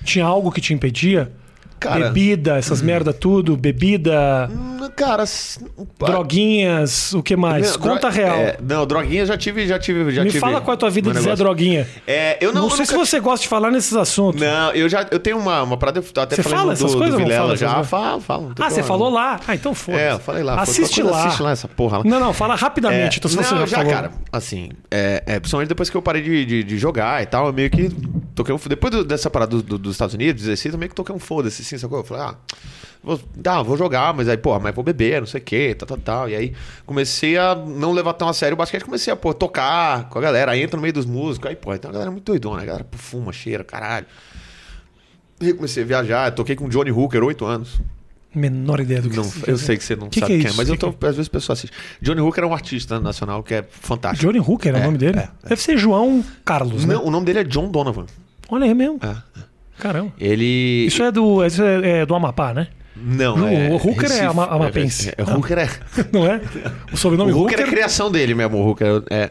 S1: Tinha algo que te impedia?
S2: Cara-
S1: bebida, essas merda tudo, bebida,
S2: Hum, Cara, s-
S1: droguinhas, o que mais?
S2: Não,
S1: Conta
S2: dro-
S1: real.
S2: é, não, droguinha já tive, já tive, já
S1: Me
S2: tive
S1: fala qual é a tua vida
S2: um
S1: de Zé
S2: negócio.
S1: Droguinha.
S2: É, eu não,
S1: Não,
S2: eu
S1: sei se
S2: nunca-
S1: você gosta de falar nesses assuntos.
S2: Não, eu já eu tenho uma, uma parada, eu até
S1: Você
S2: falei
S1: fala
S2: do,
S1: essas
S2: do,
S1: coisas ou
S2: do
S1: não
S2: Vilela
S1: fala essas
S2: já,
S1: coisas?
S2: fala, fala. não tem
S1: ah, você
S2: problema.
S1: falou lá. Ah, então foda.
S2: É, eu falei lá. foi
S1: Assiste
S2: qualquer coisa,
S1: lá.
S2: Assiste lá essa porra lá.
S1: Não, não, fala rapidamente.
S2: É,
S1: então, se você
S2: não,
S1: já,
S2: já,
S1: falou.
S2: cara, assim, é, é, principalmente depois que eu parei de, de, de jogar e tal, eu meio que toquei um f- Depois do- dessa parada do- do- dos Estados Unidos, 16, eu meio que toquei um foda-se, assim, sacou? Eu falei, ah, vou, tá, vou jogar, mas aí, pô, mas vou beber, não sei o quê, tal, tal, tal. E aí comecei a não levar tão a sério o basquete, comecei a, pô, tocar com a galera, aí entra no meio dos músicos, aí, pô, aí tem uma galera é muito doidona, a galera pô, fuma, cheira, caralho. E aí comecei a viajar, toquei com o Johnny Hooker, 8 anos.
S1: Menor ideia do que
S2: Não,
S1: isso.
S2: eu sei que você não
S1: Que que
S2: sabe
S1: é
S2: quem é,
S1: isso?
S2: mas eu
S1: Que
S2: tô, às vezes o pessoal assiste. Johnny Hooker é um artista nacional que é fantástico.
S1: Johnny Hooker é, o
S2: É,
S1: nome dele?
S2: é,
S1: Deve ser João Carlos, né?
S2: Não, o nome dele é John Donovan.
S1: Olha aí mesmo.
S2: É.
S1: Caramba.
S2: Ele.
S1: Isso é do, isso é, é do Amapá, né?
S2: Não,
S1: Não,
S2: é.
S1: o Hooker é
S2: Recife,
S1: ama- amapense.
S2: É, é, Hooker é.
S1: Não é? O
S2: O
S1: sobrenome
S2: Hooker,
S1: Hooker.
S2: é criação dele mesmo, o Hooker. É,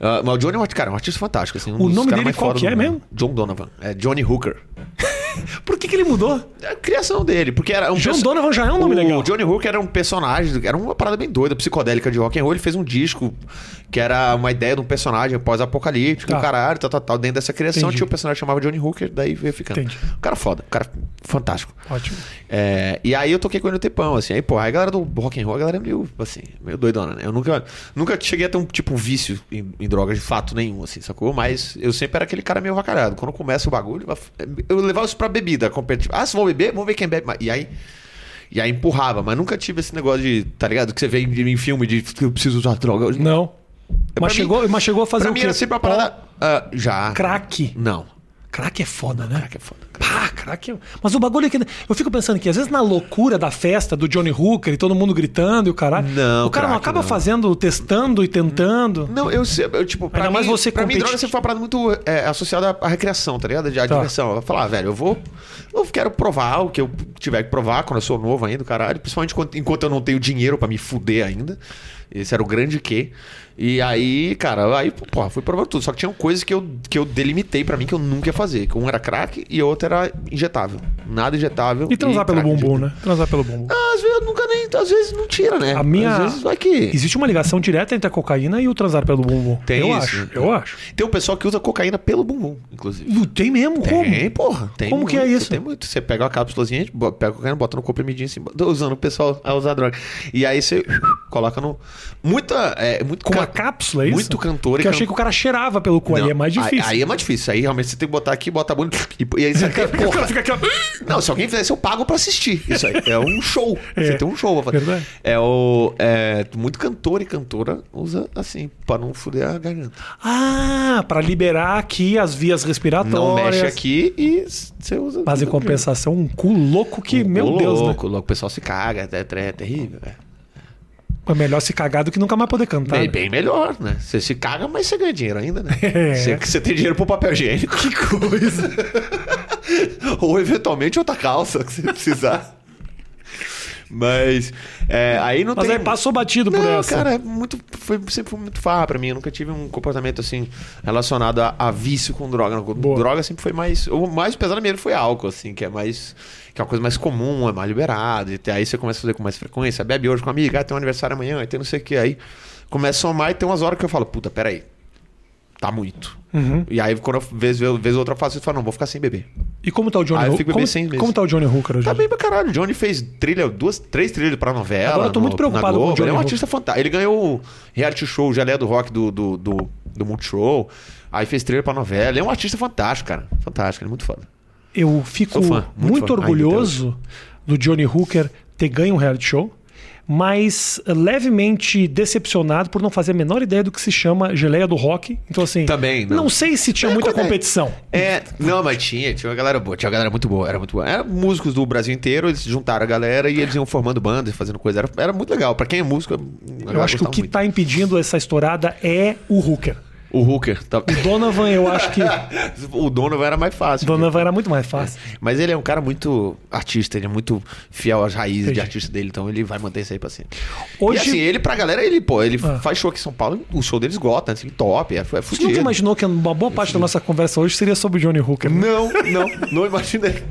S2: Ah, mas o Johnny é um, cara, um artista fantástico. Assim, um
S1: O
S2: dos
S1: nome
S2: caras
S1: dele
S2: mais
S1: qual
S2: foda
S1: que
S2: do
S1: é
S2: mundo.
S1: mesmo?
S2: John Donovan. É Johnny Hooker.
S1: Por que, que ele mudou?
S2: É a criação dele, porque era um.
S1: John
S2: perso-
S1: Donovan já é um nome
S2: o
S1: legal.
S2: Johnny Hooker era um personagem, era uma parada bem doida, psicodélica de rock and roll. Ele fez um disco que era uma ideia de um personagem pós-apocalíptico,
S1: Tá.
S2: o caralho, tal, tal, tal. Dentro dessa criação
S1: Entendi.
S2: tinha um personagem que chamava Johnny Hooker, daí veio ficando.
S1: Entendi.
S2: Um cara foda, um cara fantástico.
S1: Ótimo.
S2: É, e aí eu toquei com ele no tempão, assim. Aí, pô, aí a galera do rock and roll, a galera é meio, assim, meio doidona, né? Eu nunca, nunca cheguei a ter um, tipo, um vício em, em drogas de fato nenhum, assim, sacou? Mas eu sempre era aquele cara meio vacarado. Quando começa o bagulho, eu levava isso pra bebida competitiva. Ah, vocês vão beber? Vamos ver quem bebe mais. E aí... E aí empurrava, mas nunca tive esse negócio de, tá ligado? Que você vê em, em filme de que eu preciso usar droga. Eu-
S1: Não.
S2: É, Pra
S1: Mas
S2: mim-
S1: chegou, mas chegou a fazer
S2: pra
S1: o
S2: mim
S1: quê?
S2: era sempre uma parada... ah, já.
S1: Crack.
S2: Não.
S1: Crack é foda, né?
S2: Crack é foda.
S1: Pá, crack. é- Mas o bagulho aqui. Eu fico pensando que às vezes na loucura da festa do Johnny Hooker e todo mundo gritando e o caralho.
S2: Não,
S1: O cara não
S2: crack,
S1: acaba
S2: não.
S1: fazendo, testando e tentando.
S2: Não, eu, sei- eu tipo, pra,
S1: Ainda
S2: mim,
S1: mais você
S2: pra mim,
S1: competi-
S2: droga sempre foi uma parada muito é, associada à recreação, tá ligado? De à
S1: Tá.
S2: diversão. Eu falar, ah, velho, eu vou. Eu quero provar o que eu tiver que provar quando eu sou novo ainda, caralho. Principalmente quando- enquanto eu não tenho dinheiro pra me fuder ainda. Esse era o grande quê. E aí, cara, aí, porra, fui provando tudo. Só que tinham coisas que eu, que eu delimitei pra mim que eu nunca ia fazer. Que um era crack e outro era injetável. Nada injetável.
S1: E transar pelo
S2: crack
S1: bumbum,
S2: injetável.
S1: né? Transar pelo bumbum.
S2: Ah, Às vezes eu nunca nem. Às vezes não tira, né?
S1: A minha-
S2: Às vezes vai que.
S1: Existe uma ligação direta entre a cocaína e o transar pelo bumbum.
S2: Tem
S1: eu
S2: isso,
S1: acho,
S2: né?
S1: eu acho.
S2: Tem um pessoal que usa cocaína pelo bumbum, inclusive.
S1: Tem mesmo,
S2: Tem,
S1: como?
S2: porra. Tem
S1: Como que é
S2: muito,
S1: isso?
S2: Tem muito. Você pega uma cápsulazinha, bo- pega cocaína, bota no comprimidinho assim, tô usando o pessoal a usar droga. E aí você coloca no. Muita. É, muito
S1: Com uma
S2: can-
S1: cápsula, é isso?
S2: Muito cantor e
S1: Porque eu achei que
S2: can-
S1: o cara cheirava pelo cu, aí
S2: Não,
S1: é mais difícil.
S2: Aí, aí é mais difícil. Aí realmente você tem que botar aqui, bota a bunda. E, e aí você fica, porra.
S1: Fica aquela...
S2: Não, se alguém fizesse, eu pago pra assistir. Isso aí é um show. Você tem um show. pra fazer.
S1: Verdade.
S2: É o. é, muito cantor e cantora usa assim, pra não fuder a garganta.
S1: Ah, pra liberar aqui as vias respiratórias.
S2: Não mexe aqui e s- você usa. é
S1: Mas em compensação, um cu louco que, meu
S2: Ô,
S1: Deus, né?
S2: louco, louco, o pessoal se caga, é, tre- é terrível. É.
S1: É melhor se cagar do que nunca mais poder cantar.
S2: Bem,
S1: né?
S2: bem melhor, né? Você se caga, mas você ganha dinheiro ainda, né?
S1: É.
S2: Você, você tem dinheiro pro papel higiênico. Que coisa! Ou eventualmente outra calça que você precisar. mas é, aí não
S1: Mas
S2: tem.
S1: aí passou batido por
S2: Não,
S1: essa.
S2: cara, é muito, foi, sempre foi muito farra pra mim. Eu nunca tive um comportamento assim relacionado a, a vício com droga. Não,
S1: Boa.
S2: Droga sempre foi mais. O mais pesado mesmo foi álcool, assim, que é mais. que é uma coisa mais comum, é mais liberado. E te- aí você começa a fazer com mais frequência. Bebe hoje com a amiga, ah, tem um aniversário amanhã, aí tem não sei o que. Aí começa a somar e tem umas horas que eu falo, puta, peraí. Tá muito.
S1: Uhum.
S2: E aí, quando eu vez, vez ou outra eu faço isso, eu falo, não, vou ficar sem beber.
S1: E como tá o Johnny
S2: Ah, eu
S1: Hooker?
S2: fico bem
S1: como,
S2: sem mesmo.
S1: como tá o Johnny Hooker hoje?
S2: Tá bem pra caralho. O Johnny fez trilha, duas, três trilhas pra novela.
S1: Agora eu tô muito preocupado
S2: na
S1: com o
S2: Globo.
S1: Johnny
S2: Ele é um
S1: Rock.
S2: artista fantástico. Ele ganhou o reality show, o Geleia do Rock do, do, do, do Multishow. Aí fez trilha pra novela. Ele é um artista fantástico, cara. Fantástico, ele é muito foda.
S1: Eu fico
S2: Sou fã,
S1: muito,
S2: muito fã. Ai,
S1: orgulhoso do Johnny Hooker ter ganho um reality show. mas eh, levemente decepcionado por não fazer a menor ideia do que se chama geleia do rock. Então, assim.
S2: Também não.
S1: sei se tinha muita competição.
S2: É, não, mas tinha, tinha uma galera boa, tinha uma galera muito boa, era muito boa. Eram músicos do Brasil inteiro, eles juntaram a galera e eles iam formando bandas, fazendo coisa. Era, era muito legal. Pra quem é músico, a
S1: Eu
S2: galera
S1: acho que o
S2: gostava
S1: que
S2: muito.
S1: tá impedindo essa estourada é o Hooker.
S2: O Hooker. Tá...
S1: Donovan, eu acho que.
S2: o Donovan era mais fácil.
S1: Donovan era muito mais fácil.
S2: Mas ele é um cara muito artista, ele é muito fiel às raízes
S1: Entendi.
S2: de artista dele, então ele vai manter isso aí pra sempre.
S1: Hoje-
S2: E assim, ele pra galera, ele, pô, ele
S1: Ah.
S2: faz show aqui em São Paulo, o show deles esgota, assim, top, é, é
S1: Você nunca
S2: fudido.
S1: imaginou que uma boa parte da nossa conversa hoje seria sobre Johnny Hooker? né?
S2: Não, não, não imaginei.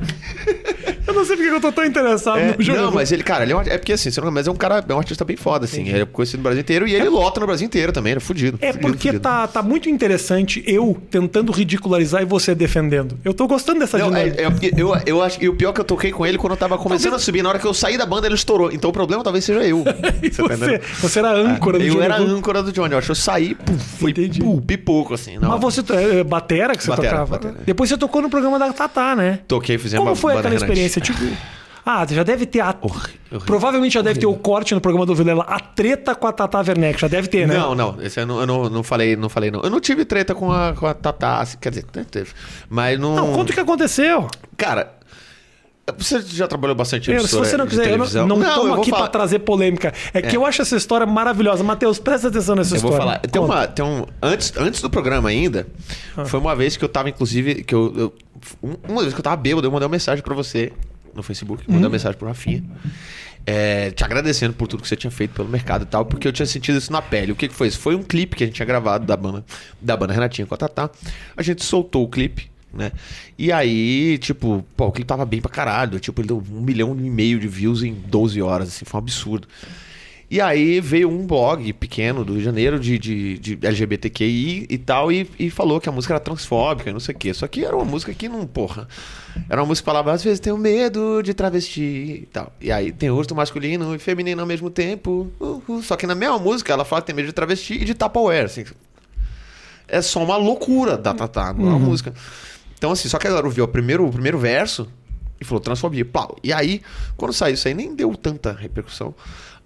S1: Eu não sei porque eu tô tão interessado
S2: É,
S1: no Johnny
S2: não,
S1: Hooker.
S2: mas ele, cara, ele é, um, é porque assim, você não- mas é um cara, é um artista bem foda, assim. Ele é conhecido no Brasil inteiro e ele lota no Brasil inteiro também, ele é fudido.
S1: É
S2: fudido,
S1: porque
S2: fudido.
S1: tá, tá muito interessante eu tentando ridicularizar e você defendendo. Eu tô gostando dessa
S2: Não, é,
S1: dinâmica.
S2: é porque eu, eu acho que o pior é que eu toquei com ele quando eu tava começando a subir, na hora que eu saí da banda, ele estourou. Então o problema talvez seja eu.
S1: E
S2: Você tá
S1: você,
S2: entendendo?
S1: você era a âncora Um do
S2: eu
S1: Johnny
S2: era a
S1: Hooker.
S2: âncora do Johnny, eu acho. Eu saí, pum, fui
S1: Entendi.
S2: pum, pipoco, assim. Não,
S1: Mas você. é, é, Batera que você
S2: Batera,
S1: tocava?
S2: batera.
S1: Depois você tocou no programa da Tatá, né?
S2: toquei, fizemos
S1: Como
S2: uma
S1: foi
S2: banda
S1: aquela
S2: Renan.
S1: experiência? Tipo. Ah, já deve ter. A...
S2: Horri- horrível.
S1: Provavelmente já deve ter o corte no programa do Vilela. A treta com a Tata Werneck. Já deve ter, né?
S2: Não, não, esse eu não, eu não, não falei, não falei, não. Eu não tive treta com a, com a Tatá, assim, quer dizer, teve. Mas não.
S1: Não, conta o que aconteceu.
S2: Cara, você já trabalhou bastante em
S1: Eu, se
S2: emissora
S1: você não
S2: é de
S1: quiser, eu não
S2: televisão?
S1: não
S2: eu
S1: estamos
S2: vou
S1: aqui
S2: falar-
S1: pra trazer polêmica. É, que eu acho essa história maravilhosa. Matheus, presta atenção nessa
S2: Eu
S1: história.
S2: vou falar. Tem
S1: Conta. Ah.
S2: uma, tem um, antes, antes do programa ainda, foi uma vez que eu tava, inclusive, que eu, eu- um- uma vez que eu tava bêbado, eu mandei uma mensagem pra você no Facebook, mandei
S1: Uhum.
S2: uma mensagem pro Rafinha. é, te agradecendo por tudo que você tinha feito pelo mercado e tal, porque eu tinha sentido isso na pele. O que, que foi isso? Foi um clipe que a gente tinha gravado da banda, da banda Renatinha com a Tatá. A gente soltou o clipe, né? E aí, tipo, pô, o clipe tava bem pra caralho. Tipo, ele deu um milhão e meio de views em 12 horas, assim, foi um absurdo. E aí veio um blog pequeno do Rio de Janeiro de, de, de LGBTQI e tal, e, e falou que a música era transfóbica e não sei o quê. Só que era uma música que não, porra. Era uma música que falava, às vezes tenho medo de travesti e tal. E aí tem rosto masculino e feminino ao mesmo tempo. Uhul. Só que na mesma música ela fala que tem medo de travesti e de Tupperware, assim. É só uma loucura da Tatá, não é uma música. Então, assim, só que a galera ouviu o primeiro, o primeiro verso e falou transfobia, pau. E aí, quando saiu isso aí, nem deu tanta repercussão.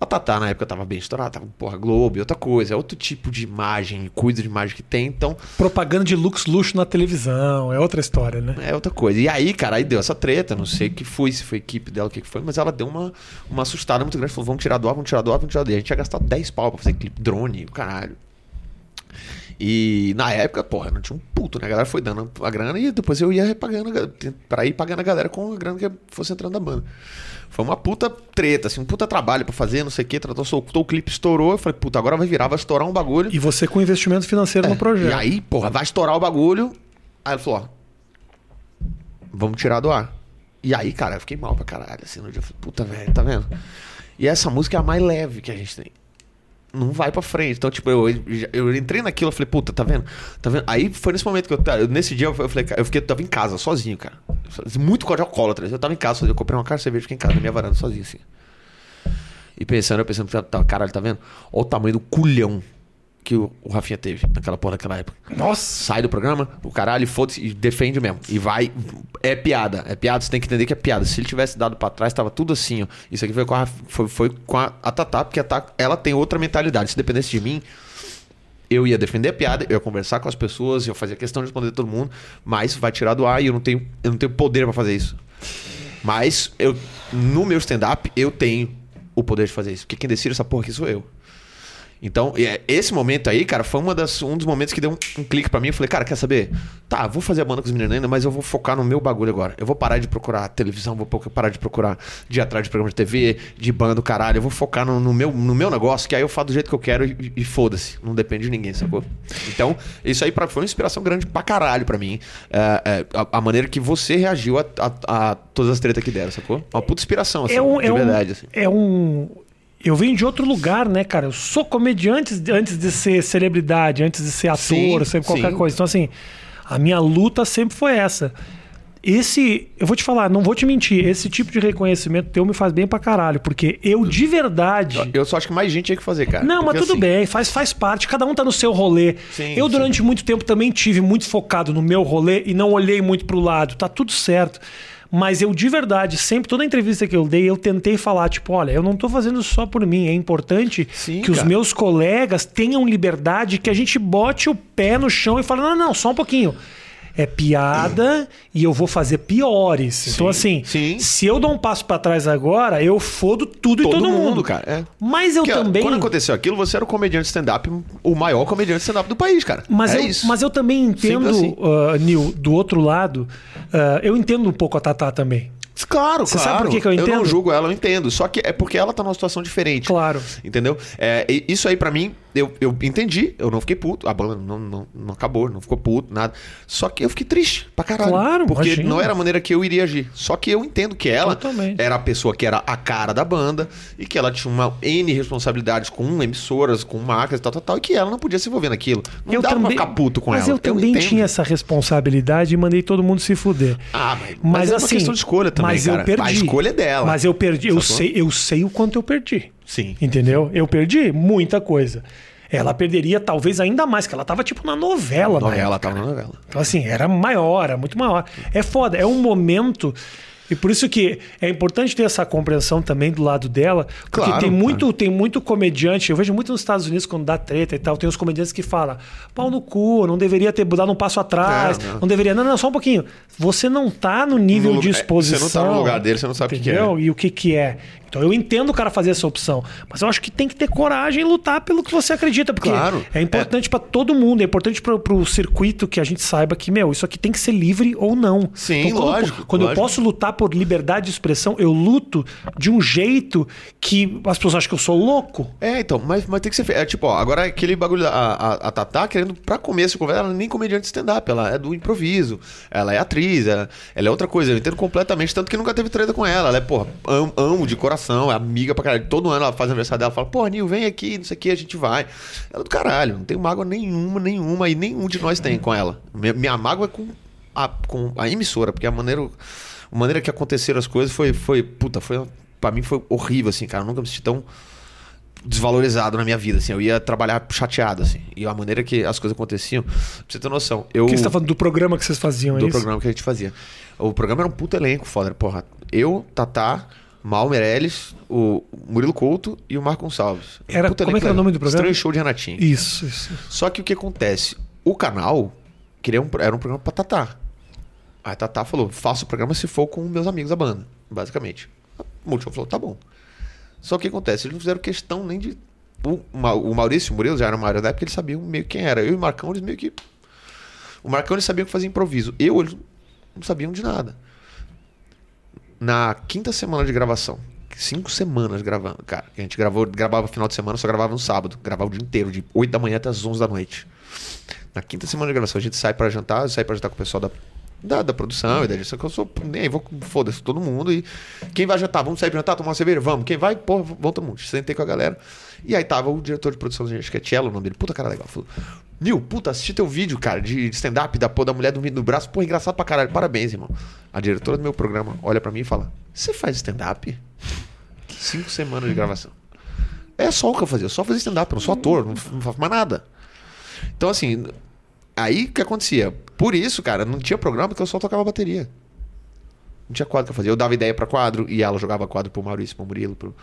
S2: A Tatá, na época, tava bem estourada, tava, porra, Globo e outra coisa. É outro tipo de imagem, cuida de imagem que tem, então
S1: Propaganda de lux luxo na televisão. É outra história, né?
S2: é outra coisa. E aí, cara, aí deu essa treta, não sei o que foi, se foi a equipe dela, o que que foi, mas ela deu uma, uma assustada muito grande. Falou, vamos tirar do ar, vamos tirar do ar, vamos tirar do ar. E a gente ia gastar 10 pau pra fazer clipe, drone, o caralho. E na época, porra, não tinha um puto, né? A galera foi dando a grana e depois eu ia pagando, a ga- pra ir pagando a galera com a grana que fosse entrando na banda. Foi uma puta treta, assim, um puta trabalho pra fazer, não sei o que, tratou, soltou o clipe, estourou. Eu falei, puta, agora vai virar, vai estourar um bagulho.
S1: E você com investimento financeiro no projeto.
S2: É. E aí, porra, vai estourar o bagulho. Aí ele falou, ó. Vamos tirar do ar. E aí, cara, eu fiquei mal pra caralho. Assim, no dia eu falei, puta, velho, tá vendo? E essa música é a mais leve que a gente tem. Não vai pra frente. Então, tipo, eu, eu entrei naquilo, eu falei, puta, tá vendo? Tá vendo? Aí foi nesse momento que eu. tá- eu- Nesse dia eu falei, cara, eu fiquei, eu tava em casa, sozinho, cara. Muito código alcoólatra. Eu tava em casa, sozinho, eu comprei uma caixa de cerveja, fiquei em casa, na minha varanda, sozinho, assim. E pensando, eu pensando, tá, caralho, tá vendo? Olha o tamanho do culhão que o, o Rafinha teve naquela porra daquela época.
S1: Nossa!
S2: Sai do programa, o caralho, foda-se, e defende mesmo. E vai. É piada. É piada, você tem que entender que é piada. Se ele tivesse dado pra trás, tava tudo assim, ó. Isso aqui foi com a, foi, foi com a, a Tatá, porque a Tatá, ela tem outra mentalidade. Se dependesse de mim, eu ia defender a piada, eu ia conversar com as pessoas, eu ia fazer questão de responder todo mundo, mas vai tirar do ar e eu não tenho, eu não tenho poder pra fazer isso. Mas eu, no meu stand-up, eu tenho o poder de fazer isso. Porque quem decide essa porra aqui sou eu. Então, e é- esse momento aí, cara, foi uma das, um dos momentos que deu um, um clique pra mim. Eu falei, cara, quer saber? Tá, vou fazer a banda com os meninos ainda, mas eu vou focar no meu bagulho agora. Eu vou parar de procurar televisão, vou po- parar de procurar de ir atrás de programa de TV, de banda, o caralho. Eu vou focar no, no meu, no meu negócio, que aí eu faço do jeito que eu quero e, e foda-se. Não depende de ninguém, sacou? Então, isso aí pra, foi uma inspiração grande pra caralho pra mim. É, é, a, a maneira que você reagiu a, a- a todas as tretas que deram, sacou? Uma puta inspiração, assim,
S1: é um,
S2: de
S1: é um-
S2: verdade, assim.
S1: É um. Eu venho de outro lugar, né, cara? Eu sou comediante antes de ser celebridade, antes de ser
S2: Sim,
S1: ator, ser qualquer
S2: sim.
S1: coisa. Então, assim, a minha luta sempre foi essa. Esse, eu vou te falar, não vou te mentir, esse tipo de reconhecimento teu me faz bem pra caralho, porque eu de verdade.
S2: Eu só acho que mais gente tinha que fazer, cara.
S1: Não, mas
S2: Porque,
S1: tudo
S2: assim,
S1: bem, faz, faz parte, cada um tá no seu rolê.
S2: Sim,
S1: eu
S2: sim.
S1: durante muito tempo também tive muito focado no meu rolê e não olhei muito pro lado, tá tudo certo. Mas eu, de verdade, sempre, toda entrevista que eu dei, eu tentei falar, tipo, olha, eu não tô fazendo isso só por mim. É importante
S2: Sim,
S1: que os
S2: cara.
S1: meus colegas tenham liberdade, que a gente bote o pé no chão e fale, não, não, não só um pouquinho. É piada e eu vou fazer piores. então, assim,
S2: sim.
S1: se eu dou um passo pra trás agora, eu fodo tudo e
S2: Todo
S1: todo mundo.
S2: mundo, cara, é.
S1: Mas eu
S2: Porque, ó,
S1: também.
S2: Quando aconteceu aquilo, você era o comediante stand-up, o maior comediante stand-up do país, cara.
S1: Mas,
S2: é
S1: eu,
S2: isso.
S1: mas eu também entendo,
S2: Simples assim.
S1: ah, Nil, do outro lado, ah, eu entendo um pouco a Tatá também.
S2: Claro,
S1: Você
S2: claro.
S1: sabe por que que eu
S2: Eu
S1: entendo?
S2: não julgo ela, eu entendo. Só que é porque ela tá numa situação diferente.
S1: Claro.
S2: Entendeu? É, e- isso aí pra mim, eu, eu entendi, eu não fiquei puto. A banda não, não, não acabou, não ficou puto, nada. Só que eu fiquei triste pra caralho.
S1: Claro,
S2: Porque
S1: imagino.
S2: não era a maneira que eu iria agir. Só que eu entendo que ela
S1: Totalmente.
S2: era a pessoa que era a cara da banda e que ela tinha uma N responsabilidades com emissoras, com marcas e tal, tal, tal, e que ela não podia se envolver naquilo. Não
S1: eu
S2: dava
S1: também,
S2: pra ficar puto com
S1: mas
S2: ela.
S1: eu também
S2: entendo.
S1: tinha essa responsabilidade e mandei todo mundo se fuder.
S2: Ah, mas,
S1: Mas,
S2: mas é
S1: assim,
S2: uma questão de escolha também,
S1: mas
S2: cara.
S1: eu perdi.
S2: A escolha é dela.
S1: Mas eu perdi, eu
S2: Sacou?
S1: sei, eu sei o quanto eu perdi.
S2: Sim.
S1: Entendeu? Eu perdi muita coisa. Ela perderia talvez ainda mais, que ela tava tipo na novela, na
S2: Novela, tava na novela.
S1: Então, assim, era maior, era muito maior. É foda, é um momento. E por isso que é importante ter essa compreensão também do lado dela. Porque
S2: Claro,
S1: tem,
S2: claro.
S1: muito, tem muito comediante, eu vejo muito nos Estados Unidos quando dá treta e tal, tem uns comediantes que falam, pau no cu, não deveria ter dado um passo atrás,
S2: É,
S1: não,
S2: não.
S1: deveria. Não, não, só um pouquinho. Você não tá no nível
S2: No
S1: de
S2: lugar-
S1: exposição.
S2: você não tá no lugar dele, você não sabe o que que é.
S1: entendeu? E o que, que é. Então eu entendo o cara fazer essa opção. Mas eu acho que tem que ter coragem e lutar pelo que você acredita. Porque
S2: Claro.
S1: é importante pra todo mundo, é importante pra- pro circuito que a gente saiba que, meu, isso aqui tem que ser livre ou não. Então,
S2: Sim,
S1: quando eu po-
S2: lógico,
S1: Quando eu
S2: lógico.
S1: posso lutar por liberdade de expressão, eu luto de um jeito que as pessoas acham que eu sou louco.
S2: É, então, mas, mas tem que ser feito. É tipo, ó, agora aquele bagulho da a, a, a Tatá querendo, pra começo de conversa, ela nem comediante de stand-up, ela é do improviso, ela é atriz, ela, ela é outra coisa, eu entendo completamente, tanto que nunca teve treta com ela. Ela é, porra, am- amo de coração, é amiga pra caralho. Todo ano ela faz aniversário dela, fala, porra, Nil, vem aqui, não sei o que, a gente vai. Ela é do caralho, não tem mágoa nenhuma, nenhuma, e nenhum de nós tem com ela. Minha, minha mágoa é com a, com a emissora, porque a maneira, a maneira que aconteceram as coisas foi, foi puta, foi, pra mim foi horrível, assim, cara, eu nunca me senti tão desvalorizado na minha vida, assim. Eu ia trabalhar chateado, assim. E a maneira que as coisas aconteciam, pra você ter noção. Eu,
S1: O que você tá falando do programa que vocês faziam, é
S2: do
S1: isso?
S2: programa que a gente fazia. O programa era um puto elenco, foda. Porra, eu, Tatá, Mal Meirelles, o Murilo Couto e o Marco Gonçalves.
S1: Era-
S2: Puto
S1: como é
S2: elenco
S1: que era o
S2: legal.
S1: nome do programa?
S2: Estranho Show de Renatinho.
S1: Isso, isso.
S2: Só que o que acontece? O canal queria um, era um programa pra Tatá. Aí a Tatá falou: faça o programa se for com meus amigos da banda, basicamente. O Multishow falou: tá bom. Só que o que acontece? Eles não fizeram questão nem de. O, Ma- o Maurício o Murilo já era uma área da época, eles sabiam meio quem era. Eu e o Marcão, eles meio que. O Marcão, eles sabiam que fazia improviso. Eu, eles não sabiam de nada. Na quinta semana de gravação, cinco semanas gravando, cara, que a gente gravou, gravava final de semana, só gravava no sábado. Gravava o dia inteiro, de 8 da manhã até as 11 da noite. Na quinta semana de gravação, a gente sai pra jantar, eu saio pra jantar com o pessoal da, da, da produção e da direção, que eu sou. Nem aí, vou, com- foda-se todo mundo. E quem vai jantar? Vamos sair pra jantar, tomar uma cerveja? Vamos. Quem vai? Porra, vamos todo mundo. Sentei com a galera. E aí tava o diretor de produção, acho que é Cello, o nome dele. Puta cara legal. Falou: Nil, puta, assisti teu vídeo, cara, de de stand-up da porra da mulher dormindo no braço. Pô, engraçado pra caralho. Parabéns, irmão. A diretora do meu programa olha pra mim e fala: Você faz stand-up? Cinco semanas de gravação. É só o que eu fazia, eu só fazia stand-up, eu não sou ator, não, não faço mais nada. Então, assim, aí o que acontecia? Por isso, cara, não tinha programa porque eu só tocava bateria. Não tinha quadro que eu fazia. Eu dava ideia pra quadro e ela jogava quadro pro Maurício, pro Murilo, pro.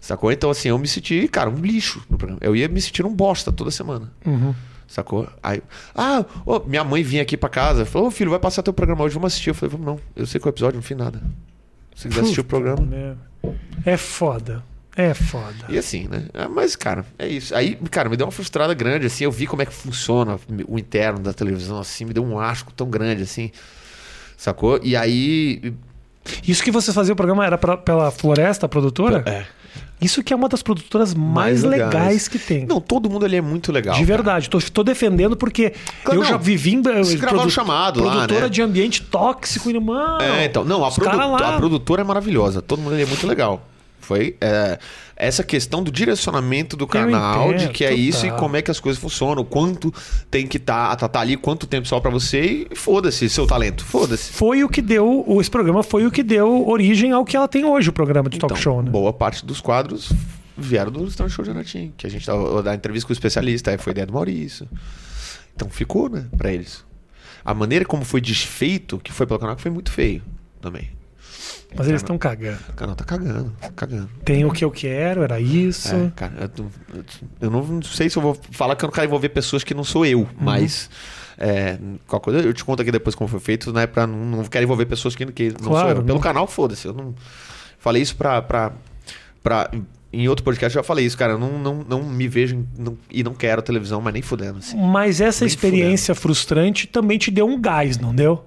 S2: Sacou? Então, assim, eu me senti, cara, um lixo no programa. Eu ia me sentir um bosta toda semana.
S1: Uhum.
S2: Sacou? Aí, ah, ô, minha mãe vinha aqui pra casa, falou, ô filho, vai passar teu programa hoje, vamos assistir. Eu falei, vamos não, eu sei qual é o episódio, não fiz nada. Se quiser assistir o programa.
S1: É foda. É foda.
S2: E assim, né? Ah, Mas, cara, é isso. Aí, cara, me deu uma frustrada grande, assim. Eu vi como é que funciona o interno da televisão, assim. Me deu um asco tão grande, assim. Sacou? E aí.
S1: Isso que vocês faziam o programa era pra- pela Floresta, a produtora?
S2: É.
S1: Isso que é uma das produtoras mais,
S2: Mais legais.
S1: legais. que tem.
S2: Não, todo mundo ali é muito legal.
S1: de verdade, tô, tô defendendo porque
S2: Claro,
S1: eu
S2: não.
S1: já vivi em eh,
S2: Vocês gravaram
S1: produ-
S2: chamado lá,
S1: produtora
S2: né?
S1: de ambiente tóxico, irmão.
S2: É, então. Não, a,
S1: Os cara
S2: produ-
S1: lá-
S2: a produtora é maravilhosa. Todo mundo ali é muito legal. Foi é, essa questão do direcionamento do canal,
S1: entendo, tá.
S2: de que é isso e
S1: total.
S2: como é que as coisas funcionam, quanto tem que estar, tá, tá, ali, quanto tempo só pra você e foda-se seu talento, foda-se.
S1: Foi o que deu, o- esse programa foi o que deu origem ao que ela tem hoje, o programa de talk
S2: Então,
S1: show, né?
S2: Boa parte dos quadros vieram do Strange Show de Anatim, que a gente tava da entrevista com o especialista, aí foi ideia do Maurício. Então ficou, né, pra eles. A maneira como foi desfeito, que foi pelo canal, que foi muito feio. também.
S1: Mas eles estão cagando.
S2: O canal tá cagando, cagando.
S1: Tem o que eu quero, era isso.
S2: É, cara, eu, tô- eu tô- eu não sei se eu vou falar que eu não quero envolver pessoas que não sou eu,
S1: Uhum.
S2: mas. É, qualquer coisa eu te conto aqui depois como foi feito, né? Pra não, não quero envolver pessoas que, que não
S1: Claro,
S2: sou eu. Pelo
S1: não.
S2: canal, foda-se. Eu não. Falei isso pra. pra, pra em outro podcast eu já falei isso, cara. Eu não, não, não me vejo em- não- e não quero televisão, mas nem fudendo. Assim.
S1: Mas essa
S2: Bem
S1: experiência frustrante também te deu um gás, não deu?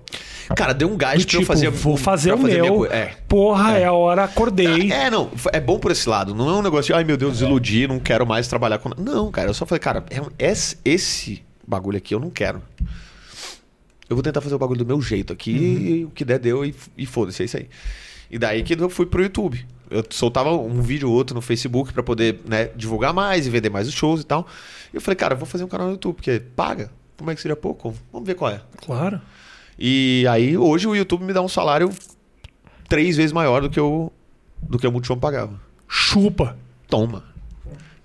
S2: Cara, deu um gás
S1: Do tipo,
S2: pra eu fazer.
S1: vou fazer
S2: pra
S1: o
S2: minha
S1: meu.
S2: coisa. É.
S1: Porra, é. a hora, acordei.
S2: É, não, é bom por esse lado. Não é um negócio de, ai meu Deus, desiludi, não quero mais trabalhar com. Não, cara, eu só falei, cara, é um- esse, esse bagulho aqui eu não quero. Eu vou tentar fazer o bagulho do meu jeito aqui, e o que der, deu, e, e foda-se, é isso aí. E daí que eu fui pro YouTube. Eu soltava um vídeo ou outro no Facebook pra poder né, divulgar mais e vender mais os shows e tal. E eu falei, cara, eu vou fazer um canal no YouTube, porque paga. Como é que seria pouco? Vamos ver qual é.
S1: Claro.
S2: E aí hoje o YouTube me dá um salário três vezes maior do que o do que o Multishow pagava.
S1: Chupa.
S2: Toma.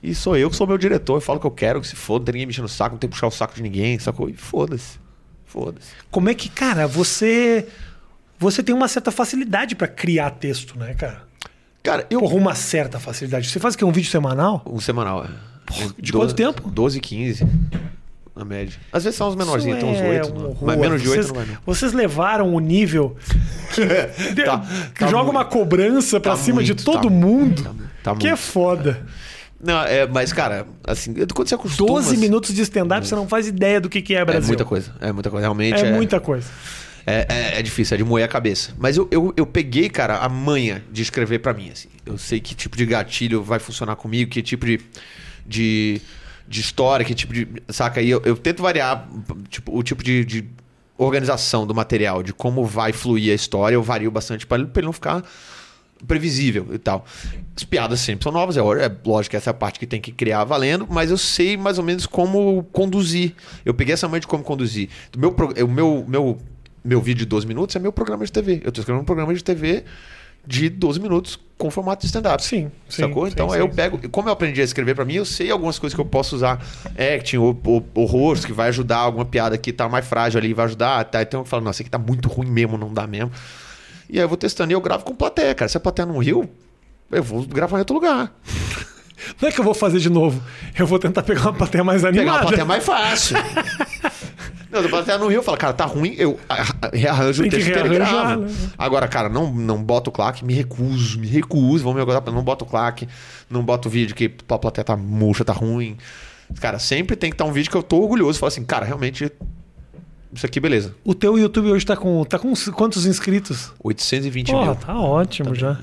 S2: E sou eu que sou meu diretor, eu falo o que eu quero, que se foda, não tem ninguém mexendo no saco, não tem que puxar o saco de ninguém, sacou? E foda-se. Foda-se.
S1: Como é que, cara, você. Você tem uma certa facilidade pra criar texto, né, cara?
S2: Cara, eu.
S1: Porra, uma certa facilidade. Você faz o quê? Um vídeo semanal?
S2: Um semanal, é.
S1: de
S2: Doze-
S1: quanto tempo?
S2: 12, 15. Na média. Às vezes são os menorzinhos,
S1: Isso
S2: tem uns
S1: é
S2: 8.
S1: um
S2: não.
S1: horror.
S2: né? mas menos de 8
S1: vocês,
S2: não vai, não.
S1: Vocês levaram o nível que, de-
S2: Tá,
S1: que
S2: tá
S1: joga
S2: muito.
S1: uma cobrança pra
S2: Tá
S1: cima de
S2: muito,
S1: todo
S2: tá
S1: mundo.
S2: muito, tá
S1: que é
S2: muito.
S1: foda.
S2: Não, é, mas, cara, assim, quando você acostuma. assim,
S1: 12 minutos de stand-up, você não faz ideia do que, que é
S2: É
S1: Brasil.
S2: muita coisa. É muita coisa. Realmente.
S1: É muita coisa.
S2: É, é- é difícil, é de moer a cabeça. Mas eu, eu, eu peguei, cara, a manha de escrever pra mim, assim. Eu sei que tipo de gatilho vai funcionar comigo, que tipo de, de, de história, que tipo de... Saca? E eu, eu tento variar tipo, o tipo de, de organização do material, de como vai fluir a história. Eu vario bastante pra ele, pra ele não ficar previsível e tal. As piadas sempre são novas, é, ó- é lógico que essa é a parte que tem que criar valendo, mas eu sei mais ou menos como conduzir. Eu peguei essa mãe de como conduzir. O meu, pro- o meu, meu, meu vídeo de 12 minutos é meu programa de TV. Eu tô escrevendo um programa de TV de 12 minutos com formato de stand-up.
S1: Sim, sim,
S2: Sacou?
S1: sim,
S2: Então
S1: sim,
S2: aí eu
S1: sim.
S2: pego. Como eu aprendi a escrever pra mim, eu sei algumas coisas que eu posso usar. Acting, ou, ou, ou rostos, que vai ajudar alguma piada que tá mais frágil ali, vai ajudar. Tá? Então eu falo, nossa, isso aqui tá muito ruim mesmo, não dá mesmo. E aí eu vou testando e eu gravo com plateia, cara. Se a plateia não riu, eu vou gravar em outro lugar.
S1: Não é que eu vou fazer de novo. Eu vou tentar pegar uma plateia mais
S2: Pegar uma
S1: animada.
S2: plateia é mais fácil. não, se a plateia não riu, eu falo, cara, tá ruim, eu arra- rearranjo
S1: Tem
S2: o
S1: que
S2: texto inteiro e
S1: rearranjar,
S2: gravo.
S1: né?
S2: Agora, cara, não, não boto o claque, me recuso, me recuso, vamos me agora, não boto o claque, não boto o vídeo que pô, a plateia tá murcha, tá ruim. Cara, sempre tem que estar um vídeo que eu tô orgulhoso. Falo assim, cara, realmente, isso aqui, beleza.
S1: O teu YouTube hoje tá com, tá com quantos inscritos?
S2: 820
S1: Porra,
S2: mil.
S1: tá ótimo já.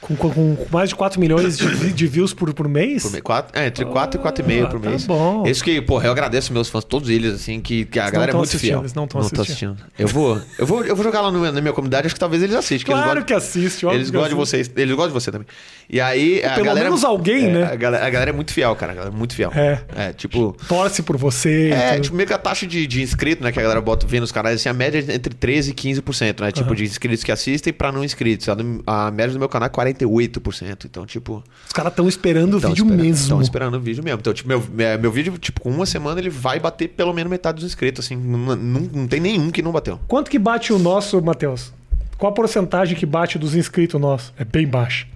S1: Com, com- com mais de 4 milhões de, vi- de views por, por mês?
S2: Por mês. Quatro- é, entre 4 e 4,5
S1: Ah,
S2: por
S1: tá
S2: mês.
S1: bom.
S2: Isso que, porra, eu agradeço meus fãs, todos eles, assim, que, que a galera é
S1: tão
S2: muito
S1: assistindo,
S2: fiel.
S1: eles não tão
S2: tão
S1: assistindo.
S2: Eu vou, eu vou, eu vou jogar lá no- na minha comunidade, acho que talvez eles assistam. que
S1: claro
S2: eles
S1: que é. assiste,
S2: gostam,
S1: óbvio
S2: eles
S1: que
S2: gostam de
S1: assiste.
S2: vocês, eles gostam de você também. E aí, a
S1: Pelo
S2: galera.
S1: menos alguém,
S2: é,
S1: né?
S2: A galera, a galera é muito fiel, cara. A galera é muito fiel.
S1: É. né?
S2: É, tipo.
S1: Torce por você. então
S2: É,
S1: tudo.
S2: tipo, meio que a taxa de, de inscrito, né, que a galera bota, vê nos canais, assim, a média é entre 13% e 15%, né? Tipo, de inscritos que assistem pra não inscritos. A, do- a média do meu canal é 48%. Então, tipo.
S1: Os caras estão esperando o
S2: Tão
S1: vídeo
S2: esperando-
S1: mesmo.
S2: tão esperando o vídeo mesmo. Então, tipo, meu, é, meu vídeo, tipo, com uma semana ele vai bater pelo menos metade dos inscritos, assim. Não, não, não tem nenhum que não bateu.
S1: Quanto que bate o nosso, Matheus? Qual a porcentagem que bate dos inscritos nossos? É bem baixa.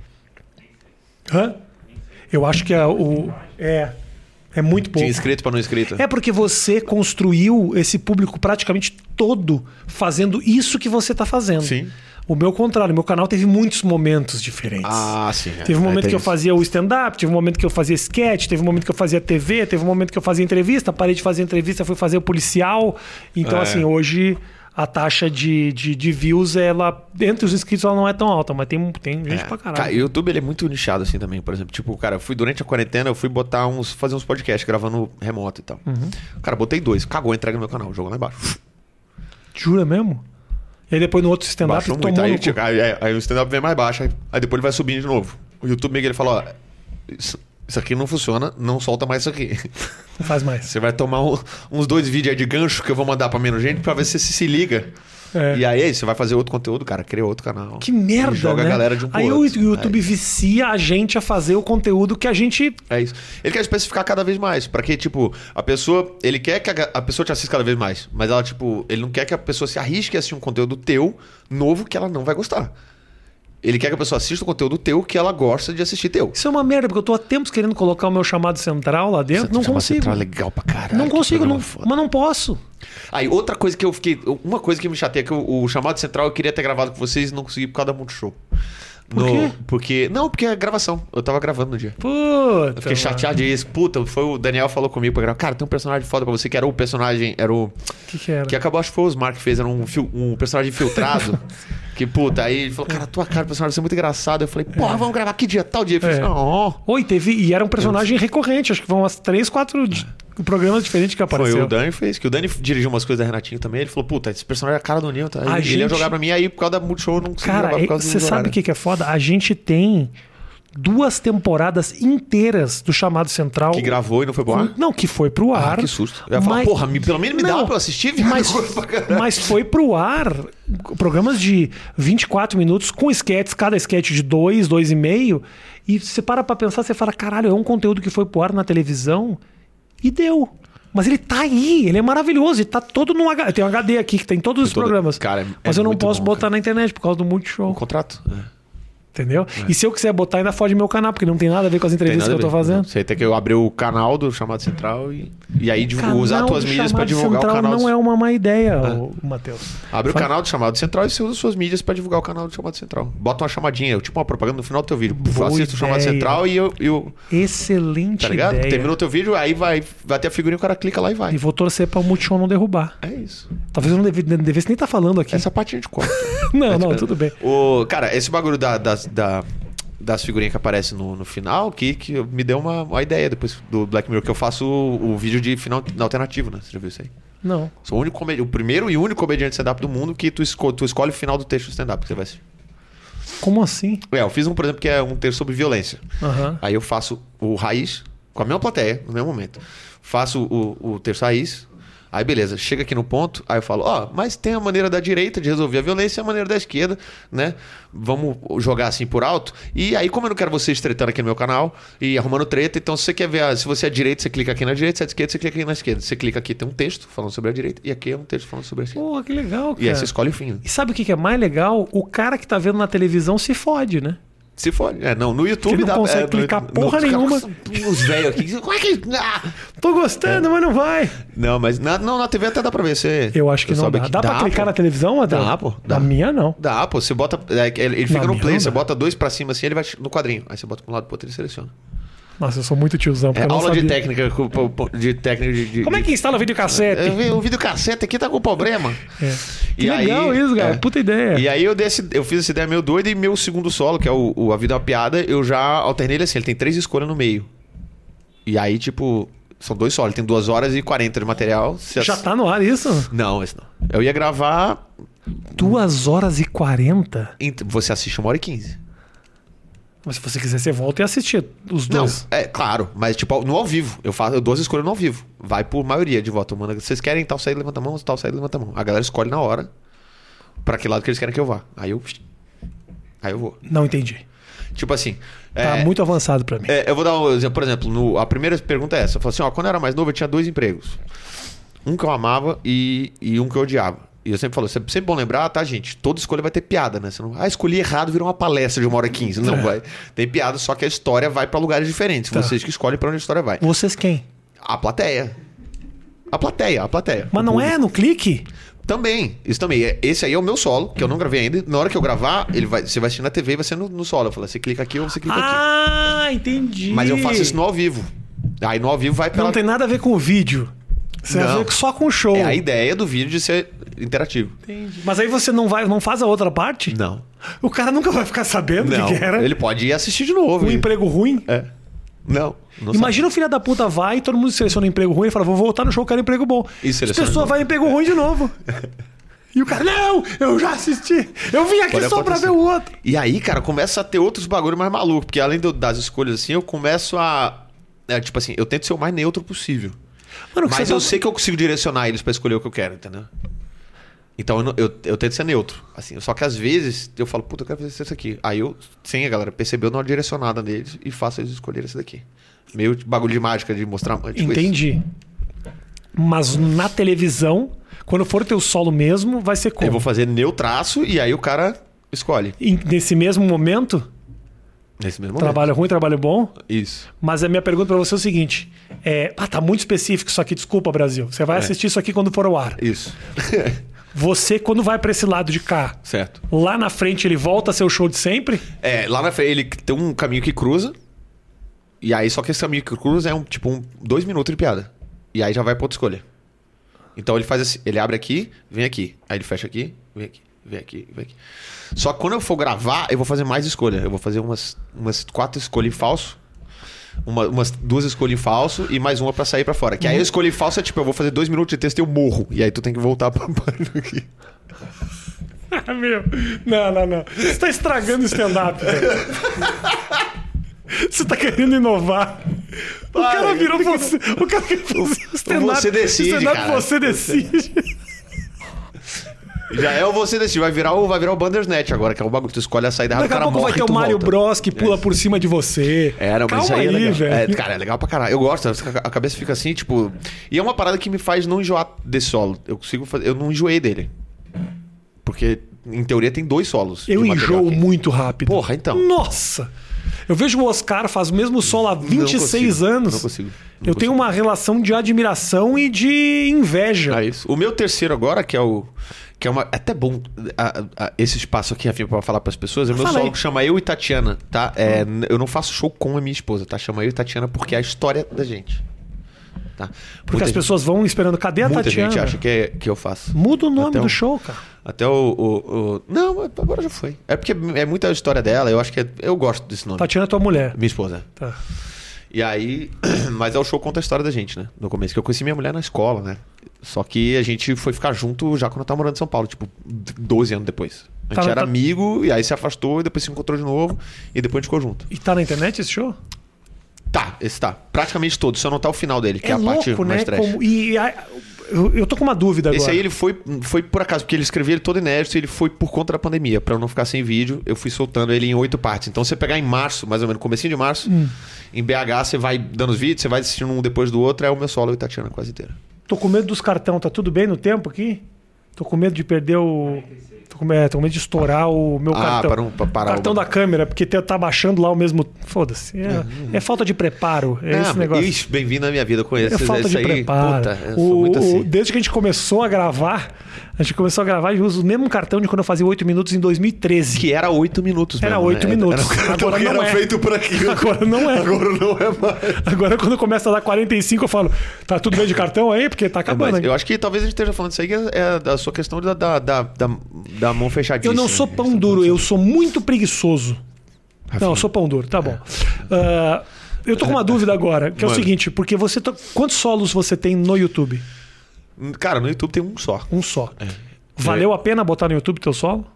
S1: Hã? Eu acho que a, o. É. É muito pouco.
S2: De inscrito pra não inscrito.
S1: É porque você construiu esse público praticamente todo fazendo isso que você está fazendo.
S2: Sim.
S1: O meu contrário, meu canal teve muitos momentos diferentes.
S2: Ah, sim. é.
S1: Teve um
S2: É,
S1: momento
S2: tem
S1: que eu
S2: isso.
S1: fazia o stand-up, teve um momento que eu fazia sketch, teve um momento que eu fazia TV, teve um momento que eu fazia entrevista, parei de fazer entrevista, fui fazer o policial. Então,
S2: É.
S1: assim, hoje a taxa de, de, de views, ela. Entre os inscritos, ela não é tão alta, mas tem, tem gente pra caralho.
S2: Cara, o YouTube ele é muito nichado assim também, por exemplo. Tipo, cara, eu fui durante a quarentena, eu fui botar uns. fazer uns podcasts gravando remoto e tal.
S1: Uhum.
S2: Cara, botei dois, cagou a entrega no meu canal, jogou lá embaixo.
S1: Jura mesmo? E aí depois no outro stand-up
S2: Baixou
S1: tomou.
S2: muito. Aí,
S1: no cu.
S2: tipo, aí, aí- aí o stand-up vem mais baixo, aí, aí depois ele vai subindo de novo. O YouTube meio que ele fala, ó. isso- Isso aqui não funciona, não solta mais isso aqui.
S1: Não faz mais.
S2: Você vai tomar um- uns dois vídeos aí de gancho que eu vou mandar pra menos gente pra ver se você se liga.
S1: É.
S2: E aí, aí você vai fazer outro conteúdo, cara. Cria outro canal.
S1: Que merda,
S2: E joga
S1: né?
S2: a galera de um pro
S1: Aí o
S2: outro.
S1: YouTube vicia a gente a fazer o conteúdo que a gente...
S2: É isso. Ele quer especificar cada vez mais. Pra que, tipo, a pessoa. Ele quer que a, ga- a pessoa te assista cada vez mais. Mas ela, tipo, ele não quer que a pessoa se arrisque a assistir um conteúdo teu novo que ela não vai gostar. Ele quer que a pessoa assista o conteúdo teu que ela gosta de assistir teu.
S1: Isso é uma merda, porque eu tô há tempos querendo colocar o meu chamado central lá dentro, não
S2: Chama
S1: consigo.
S2: Central é legal pra caralho.
S1: Não
S2: que
S1: consigo,
S2: programa
S1: não,
S2: foda.
S1: mas não posso.
S2: Aí, outra coisa que eu fiquei. Uma coisa que me chateia, é que o, o chamado central eu queria ter gravado com vocês e não consegui por causa da Multishow. Por
S1: quê?
S2: Porque. Não, porque é gravação. Eu tava gravando no dia.
S1: Puta.
S2: Eu fiquei chateado disso. Puta, foi o Daniel falou comigo pra gravar. Cara, tem um personagem foda pra você que era o personagem. Era o.
S1: O que, que era?
S2: Que acabou, acho que foi o Osmar que fez, era um, fil- um personagem filtrado. que, puta, aí ele falou, cara, tua cara, personagem, você é muito engraçado. Eu falei, porra, vamos gravar que dia, tal dia. Eu falei,
S1: É.
S2: "Ó".
S1: Oi, teve. E era um personagem recorrente, acho que vão umas três, quatro di- programas diferentes que
S2: É. Foi
S1: apareceu.
S2: o Dani fez, que o Dani dirigiu umas coisas da Renatinho também. Ele falou, puta, esse personagem é a cara do Newton. Ele,
S1: A
S2: ele ia
S1: gente-
S2: jogar pra mim, aí por causa da Multishow eu não consegui
S1: Cara,
S2: jogar por
S1: é-
S2: causa
S1: você
S2: do
S1: sabe o que, que é foda? A gente tem duas temporadas inteiras do chamado central.
S2: Que gravou e não foi bom. né? Ah,
S1: Com- Não, que foi um pro ar.
S2: que susto. Eu ia falar, porra, me- pelo menos me dá pra eu assistir, viu?
S1: Mas, mas foi pro ar programas de 24 minutos com esquetes, cada esquete de dois, dois e meio. E você para pra pensar, você fala, caralho, é um conteúdo que foi pro ar na televisão e deu. Mas ele tá aí, ele é maravilhoso, ele tá todo no HD. Tem um HD aqui que tem todos os
S2: todo-
S1: programas.
S2: cara, é-
S1: mas
S2: é
S1: eu não
S2: muito
S1: posso
S2: bom,
S1: botar
S2: cara.
S1: na internet por causa do Multishow.
S2: O contrato. É.
S1: Entendeu? E se eu quiser botar, ainda foge meu canal, porque não tem nada a ver com as
S2: Tem
S1: entrevistas
S2: nada
S1: que
S2: a
S1: eu tô
S2: ver.
S1: fazendo.
S2: Sei até que eu abri o canal do Chamado Central e, e aí div- usar
S1: Canal
S2: tuas
S1: do
S2: mídias pra
S1: Chamado
S2: divulgar
S1: Central
S2: o canal.
S1: Não é uma má ideia, ô, Matheus.
S2: Abre
S1: Fala-
S2: o canal do Chamado Central e você usa suas mídias pra divulgar o canal do Chamado Central. Bota uma chamadinha, tipo uma propaganda no final do teu vídeo. Puf,
S1: Boa
S2: Assista o Chamado
S1: ideia.
S2: Central e eu. e eu-
S1: Excelente
S2: tá ligado?
S1: ideia.
S2: Terminou o teu vídeo, aí vai, vai ter a figurinha, o cara clica lá e vai.
S1: E vou torcer pra o Multishow não derrubar.
S2: É isso.
S1: Talvez eu não deve- não devesse nem estar falando aqui.
S2: Essa parte a gente corta.
S1: Não, não, tudo bem.
S2: O, cara, esse bagulho da- das, da- das figurinhas que aparecem no, no final, que, que me deu uma, uma ideia depois do Black Mirror, que eu faço o, o vídeo de final alternativo, né? Você já viu isso aí?
S1: Não.
S2: Sou o, único comedi- o primeiro e único comediante de stand-up do mundo que tu, esco- tu escolhe o final do texto do stand-up que você vai assistir.
S1: Como assim?
S2: É, eu fiz um, por exemplo, que é um texto sobre violência.
S1: Aham.
S2: Aí eu faço o raiz com a mesma plateia, no mesmo momento. Faço o, o terço raiz. Aí beleza, chega aqui no ponto, aí eu falo, ó, mas tem a maneira da direita de resolver a violência e a maneira da esquerda, né? Vamos jogar assim por alto. E aí, como eu não quero vocês tretando aqui no meu canal e arrumando treta, então se você quer ver, a- se você é direita, você clica aqui na direita, se é de esquerda, você clica aqui na esquerda. Você clica aqui, tem um texto falando sobre a direita, e aqui é um texto falando sobre a esquerda.
S1: Porra, que legal, cara.
S2: E aí você escolhe o fim. né?
S1: E sabe o que que é mais legal? O cara que tá vendo na televisão se fode, né?
S2: Se for, é, não, no YouTube
S1: Porque não
S2: dá
S1: consegue
S2: é, no-
S1: clicar
S2: no-
S1: porra
S2: no-
S1: nenhuma.
S2: Os velhos aqui, como é que. Ah!
S1: Tô gostando, mas não vai.
S2: Não, mas na, não, na TV até dá pra ver. Você,
S1: Eu acho que
S2: você
S1: não
S2: sobe
S1: dá.
S2: aqui.
S1: Dá, pra clicar
S2: pô.
S1: na televisão, Matheus?
S2: Dá, pô,
S1: Na
S2: dá.
S1: minha, não.
S2: Dá, pô. Você bota. é, que ele ele fica
S1: Na
S2: no
S1: minha
S2: play,
S1: não
S2: você
S1: dá.
S2: bate bota dois pra cima assim, ele vai no quadrinho. Aí você bota pra um lado pro outro e seleciona.
S1: Nossa, eu sou muito tiozão. Porque
S2: É
S1: eu não
S2: aula de
S1: sabia.
S2: técnica, com- com- com- de técnica de. de-
S1: Como é que instala o videocassete?
S2: Eu vi- O vídeo cassete aqui tá com problema.
S1: É.
S2: E
S1: Que legal
S2: aí-
S1: isso, cara.
S2: é.
S1: Puta ideia.
S2: E aí eu, dei esse- eu fiz essa ideia meio doida e meu segundo solo, que é o, o A Vida é uma Piada, eu já alternei ele assim, ele tem três escolhas no meio. E aí, tipo, são dois solos, ele tem duas horas e 40 de material. Se
S1: Já
S2: as-
S1: tá no ar isso?
S2: Não, esse não. Eu ia gravar,
S1: Duas horas e 40?
S2: ent- você assiste uma hora e quinze.
S1: Mas se você quiser, você volta e assiste os
S2: Não,
S1: dois.
S2: é claro, mas tipo, ao- no ao vivo. Eu faço eu dou as escolhas no ao vivo. Vai por maioria de voto. Manda, vocês querem tal saída, levanta a mão, tal saída, levanta a mão. A galera escolhe na hora pra que lado que eles querem que eu vá. Aí eu. Aí eu vou.
S1: Não entendi.
S2: Tipo assim.
S1: Tá
S2: é,
S1: muito avançado pra mim.
S2: é, eu vou dar um exemplo. Por exemplo, no- a primeira pergunta é essa. Eu falo assim, ó, quando eu era mais novo, eu tinha dois empregos. Um que eu amava e, e um que eu odiava. E eu sempre falo, sempre, sempre bom lembrar, tá, gente? Toda escolha vai ter piada, né? Você não, ah, escolhi errado, virou uma palestra de uma hora e quinze.
S1: É.
S2: Não, vai. Tem piada, só que a história vai pra lugares diferentes.
S1: Tá.
S2: Vocês que escolhem pra onde a história vai.
S1: Vocês quem?
S2: A plateia. A plateia, a plateia.
S1: Mas
S2: O
S1: não
S2: público.
S1: é no clique?
S2: Também, isso também. É- Esse aí é o meu solo, que eu não gravei ainda. Na hora que eu gravar, ele vai, você vai assistir na TV e vai ser no, no solo. Eu falo, você clica aqui ou você clica aqui.
S1: Ah, entendi.
S2: Mas eu faço isso no ao vivo. Aí no ao vivo vai pela.
S1: Não tem nada a ver com o vídeo. Você
S2: Não.
S1: vai ver só com o show.
S2: É a ideia do vídeo de ser interativo.
S1: Mas aí você não vai, não faz a outra parte?
S2: Não.
S1: O cara nunca vai ficar sabendo o
S2: Não.
S1: que que era.
S2: Ele pode ir assistir de novo.
S1: Um
S2: e-
S1: emprego ruim?
S2: É. Não. não
S1: Imagina o filho da puta vai, todo mundo seleciona um emprego ruim e fala: vou voltar no show, quero um emprego bom.
S2: E
S1: As
S2: seleciona
S1: pessoas
S2: de novo.
S1: vai emprego ruim de novo. E o cara, não, eu já assisti. Eu vim aqui
S2: Pode
S1: só pra
S2: acontecer.
S1: ver o outro.
S2: E aí, cara, começa a ter outros bagulho mais maluco. Porque além do- das escolhas, assim, eu começo a. é, tipo assim, eu tento ser o mais neutro possível.
S1: Mano, o que
S2: Mas
S1: você
S2: eu
S1: tá-
S2: sei que eu consigo direcionar eles pra escolher o que eu quero, entendeu? Então eu, não- eu, eu tento ser neutro. Assim, só que às vezes eu falo, puta, eu quero fazer isso aqui. Aí eu, sem a galera perceber, eu dou uma direcionada neles e faço eles escolherem esse daqui. Meio de bagulho de mágica de mostrar. tipo isso.
S1: Entendi. Mas na televisão, quando for teu solo mesmo, vai ser como?
S2: Eu vou fazer neutraço e aí o cara escolhe.
S1: Em- nesse mesmo momento,
S2: Nesse mesmo momento.
S1: trabalho ruim, trabalho bom.
S2: Isso.
S1: Mas a minha pergunta pra você é o seguinte: é, ah, tá muito específico isso aqui, desculpa, Brasil. Você
S2: É.
S1: vai assistir isso aqui quando for ao ar.
S2: Isso.
S1: Você, quando vai pra esse lado de cá,
S2: certo.
S1: lá na frente ele volta a ser o show de sempre?
S2: É, lá na frente ele tem um caminho que cruza. E aí, só que esse caminho que cruza é um tipo um, dois minutos de piada. E aí já vai pra outra escolha. Então ele faz assim, ele abre aqui, vem aqui. Aí ele fecha aqui, vem aqui, vem aqui, vem aqui. Só que quando eu for gravar, eu vou fazer mais escolha. Eu vou fazer umas, umas quatro escolhas em falso. uma- umas duas escolhas em falso e mais uma pra sair pra fora. Que aí a escolha em falso é tipo, eu vou fazer dois minutos de texto e eu morro. E aí tu tem que voltar pra parte aqui.
S1: Ah, meu. Não, não, não. Você tá estragando o stand-up, velho. Você tá querendo inovar. o
S2: Para,
S1: cara
S2: cara,
S1: virou você. O cara que fazia stand-up.
S2: você decide,
S1: stand-up
S2: cara.
S1: você decide.
S2: Já é o você decidir, vai virar o, vai virar o Bandersnatch agora, que é o bagulho. Tu escolhe a saída rápida, o
S1: Daqui a
S2: cara
S1: pouco vai
S2: morre
S1: ter
S2: e
S1: o
S2: tu
S1: Mario
S2: volta.
S1: Bros que pula por cima de você.
S2: Era, mas
S1: Calma
S2: isso aí é legal.
S1: velho.
S2: É, cara, é legal pra caralho. Eu gosto, a cabeça fica assim, tipo. E é uma parada que me faz não enjoar desse solo. Eu consigo fazer. Eu não enjoei dele. Porque, em teoria, tem dois solos.
S1: Eu
S2: de material
S1: enjoo
S2: aqui.
S1: muito rápido.
S2: Porra, então.
S1: Nossa! Eu vejo o Oscar faz o mesmo solo há 26
S2: consigo,
S1: anos.
S2: não consigo, não
S1: eu tenho
S2: consigo.
S1: uma relação de admiração e de inveja.
S2: É isso. O meu terceiro agora, que é o. Que é uma. É até bom a- a- esse espaço aqui, Rafinha, pra falar pras pessoas. É o meu
S1: Fala aí. Hum.
S2: solo que chama Eu e Tatiana, tá? É, n- Eu não faço show com a minha esposa, tá? Chama Eu e Tatiana porque é a história da gente. Tá?
S1: porque as pessoas vão esperando. Cadê a
S2: Muita
S1: Tatiana?
S2: gente acha que, é, que eu faço.
S1: Muda o nome
S2: Até
S1: do
S2: um-
S1: show, cara.
S2: Até o, o- o- Não, agora já foi. É porque é muita história dela, eu acho que é- eu gosto desse nome.
S1: Tatiana é tua mulher.
S2: Minha esposa.
S1: Tá.
S2: E aí. Mas é o show conta a história da gente, né? No começo, que eu conheci minha mulher na escola, né? Só que a gente foi ficar junto já quando eu tava morando em São Paulo, tipo, 12 anos depois. A gente
S1: Tá,
S2: era
S1: tá-
S2: amigo, e aí se afastou, e depois se encontrou de novo, e depois a gente ficou junto.
S1: E tá na internet esse show?
S2: Tá, esse tá. Praticamente todo, só não tá o final dele, que é,
S1: é
S2: a parte
S1: louco,
S2: mais
S1: né?
S2: trash.
S1: Como- e, e a- eu, eu tô com uma dúvida agora.
S2: Esse aí ele foi, foi por acaso, porque ele escreveu ele todo inédito e ele foi por conta da pandemia. Pra eu não ficar sem vídeo, eu fui soltando ele em oito partes. Então, se você pegar em março, mais ou menos, comecinho de março,
S1: Hum.
S2: em BH, você vai dando os vídeos, você vai assistindo um depois do outro, é o meu solo e Tatiana quase inteira.
S1: Tô com medo dos cartão. Tá tudo bem no tempo aqui? Tô com medo de perder o... Tô com, é, tô com medo de estourar o meu
S2: Ah,
S1: cartão.
S2: para um- para parar
S1: o cartão
S2: o-
S1: da câmera, porque te- tá baixando lá o mesmo... Foda-se. É,
S2: Uhum.
S1: é falta de preparo.
S2: Ah,
S1: É esse negócio.
S2: Ixi, bem-vindo à minha vida com
S1: É
S2: esse.
S1: falta
S2: esse
S1: de
S2: aí,
S1: preparo.
S2: Puta, eu
S1: O-
S2: sou muito
S1: o-
S2: assim.
S1: desde que a gente começou a gravar, a gente começou a gravar e usa o mesmo cartão de quando eu fazia 8 minutos em 2013.
S2: Que era oito minutos
S1: Era
S2: mesmo,
S1: oito
S2: né?
S1: minutos.
S2: Era, era,
S1: Agora
S2: era,
S1: não é.
S2: feito por aquilo.
S1: Agora não é.
S2: Agora não é mais.
S1: Agora, quando começa a dar 45, eu falo, tá tudo bem de cartão aí? Porque tá
S2: É, mas
S1: acabando.
S2: eu
S1: eu,
S2: acho que talvez a gente esteja falando isso aí, que é, é da sua questão da, da, da, da, da mão fechadinha.
S1: não
S2: né?
S1: sou pão duro, eu sou muito preguiçoso.
S2: Tá
S1: Não, eu sou pão duro, tá
S2: É.
S1: bom. Ah, eu tô com uma dúvida agora, que é o
S2: Mano.
S1: seguinte, porque você. to- Quantos solos você tem no YouTube?
S2: Cara, no YouTube tem um só.
S1: Um só.
S2: É.
S1: Valeu a pena botar no YouTube teu solo?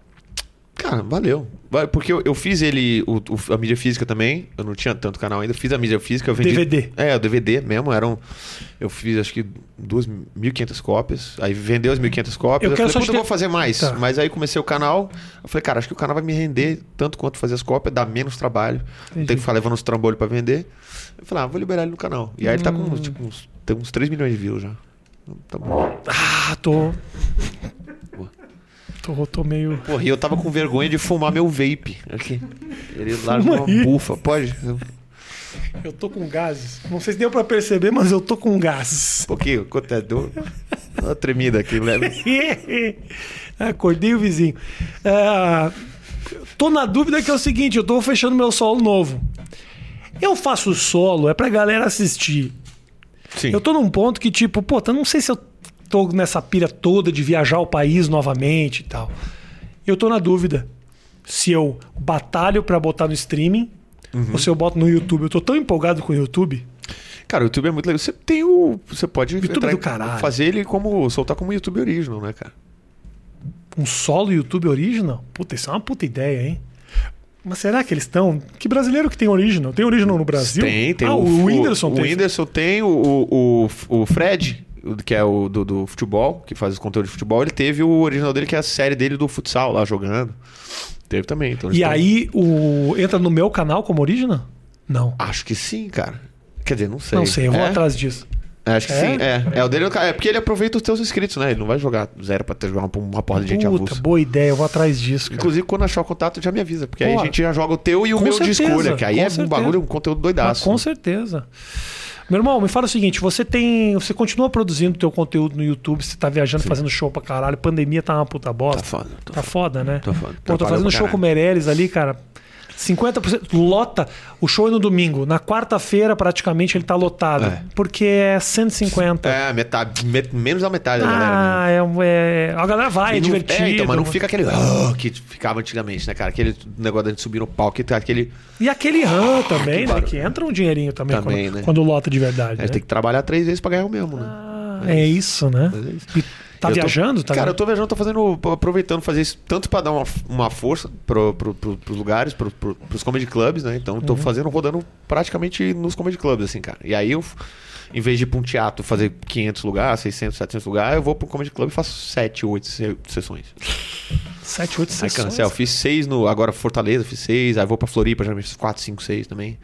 S2: Cara, valeu. Vai, Porque eu, eu fiz ele, o, o- a mídia física também. Eu não tinha tanto canal ainda. Fiz a mídia física. Eu vendi,
S1: DVD.
S2: É, o DVD mesmo. Eram, eu fiz acho que 2.500 cópias. Aí vendeu as 1.500
S1: Eu
S2: cópias. Eu,
S1: quero
S2: falei,
S1: só
S2: puta,
S1: te
S2: eu vou
S1: ter-
S2: fazer mais.
S1: Tá.
S2: Mas aí comecei o canal. Eu falei, cara, acho que o canal vai me render tanto quanto fazer as cópias. Dá menos trabalho. Não tem que ficar levando os trambolhos pra vender. Eu falei, ah, vou liberar ele no canal. E aí ele tá com
S1: Hum.
S2: tipo, uns, tem uns 3 milhões de views já. Tá bom.
S1: Ah, tô.
S2: Boa.
S1: Tô, tô meio.
S2: Porra, e eu tava com vergonha de fumar meu vape. Aqui. Ele largou
S1: Fuma
S2: uma
S1: aí.
S2: bufa. Pode? Um
S1: Eu tô com gases. Não sei se deu pra perceber, mas eu tô com gases.
S2: pouquinho, quanto é? Deu uma tremida aqui, leve.
S1: Acordei o vizinho. Ah, tô na dúvida que é o seguinte, eu tô fechando meu solo novo. Eu faço solo, é pra galera assistir.
S2: Sim.
S1: Eu tô num ponto que, tipo, pô, eu não sei se eu tô nessa pira toda de viajar o país novamente e tal. Eu tô na dúvida se eu batalho pra botar no streaming ou se eu boto no YouTube. Eu tô tão empolgado com o YouTube.
S2: Cara, o YouTube é muito legal. Você tem o. Você pode
S1: YouTube
S2: entrar
S1: é do
S2: em-
S1: caralho.
S2: fazer ele como. soltar como YouTube original, né, cara?
S1: um solo YouTube original? Puta, isso é uma puta ideia, hein? Mas será que eles estão. Que brasileiro que tem original? Tem original no Brasil?
S2: Tem, tem
S1: ah, o, Whindersson
S2: o,
S1: tem.
S2: O Whindersson tem, o, o, o, o Fred, que é o do, do futebol, que faz o conteúdo de futebol, ele teve o original dele, que é a série dele do futsal lá jogando. Teve também. então eles
S1: E
S2: tão-
S1: aí o entra no meu canal como original? Não.
S2: Acho que sim, cara. Quer dizer, não Ah, sei.
S1: Não sei, eu vou
S2: É?
S1: atrás disso.
S2: É, acho que
S1: É?
S2: sim. É. é, o dele é o ca- é porque ele aproveita os teus inscritos, né? Ele não vai jogar zero pra ter jogar uma, uma porra de gente
S1: Puta,
S2: avulsa.
S1: boa ideia, eu vou atrás disso. Cara.
S2: Inclusive, quando achar o contato, já me avisa. Porque aí a
S1: Porra.
S2: gente já joga o teu e o
S1: Com
S2: meu de
S1: certeza,
S2: escolha. Que aí
S1: com
S2: é um
S1: certeza.
S2: bagulho, um conteúdo
S1: Mas
S2: doidaço.
S1: com certeza. Meu irmão, me fala o seguinte: você tem. Você continua produzindo teu conteúdo no YouTube, você tá viajando, fazendo show pra caralho, pandemia tá uma puta bosta.
S2: Tá foda. Tô
S1: Tá foda, né?
S2: Tá
S1: Pô,
S2: foda.
S1: tô
S2: Trabalhou
S1: fazendo
S2: pra
S1: show
S2: caralho.
S1: com o Meirelles ali, cara. 50% lota. O show é no domingo. Na quarta-feira, praticamente, ele tá lotado.
S2: É.
S1: Porque é 150.
S2: É, metade, me- menos da metade da galera. né?
S1: ah, é, um- é- A galera vai, é
S2: E não-
S1: divertido.
S2: então, mas não fica aquele "Ah", que ficava antigamente, né, cara? Aquele negócio da gente subir no palco e tá aquele.
S1: E aquele RAM também, né?
S2: barulho.
S1: Que entra um dinheirinho também,
S2: Também,
S1: quando,
S2: né?
S1: quando lota de verdade.
S2: A gente
S1: né?
S2: tem que trabalhar três vezes pra ganhar o mesmo, né?
S1: Ah, é isso, né?
S2: Mas é isso.
S1: E tá
S2: Eu tô-
S1: viajando? Tá
S2: Cara, eu tô viajando, tô fazendo, aproveitando fazer isso tanto pra dar uma, uma força pro, pro, pro, pros lugares, pro, pro, pros comedy clubs, né? Então eu
S1: Uhum.
S2: tô fazendo, rodando praticamente nos comedy clubs, assim, cara. E aí eu, em vez de ir pra um teatro fazer 500 lugares, 600, 700 lugares, eu vou pro comedy club e faço 7, 8 se- sessões.
S1: 7, 8
S2: Aí
S1: sessões.
S2: cancel, fiz 6 no, agora Fortaleza, fiz 6, aí vou pra Floripa, já fiz 4, 5, 6 também.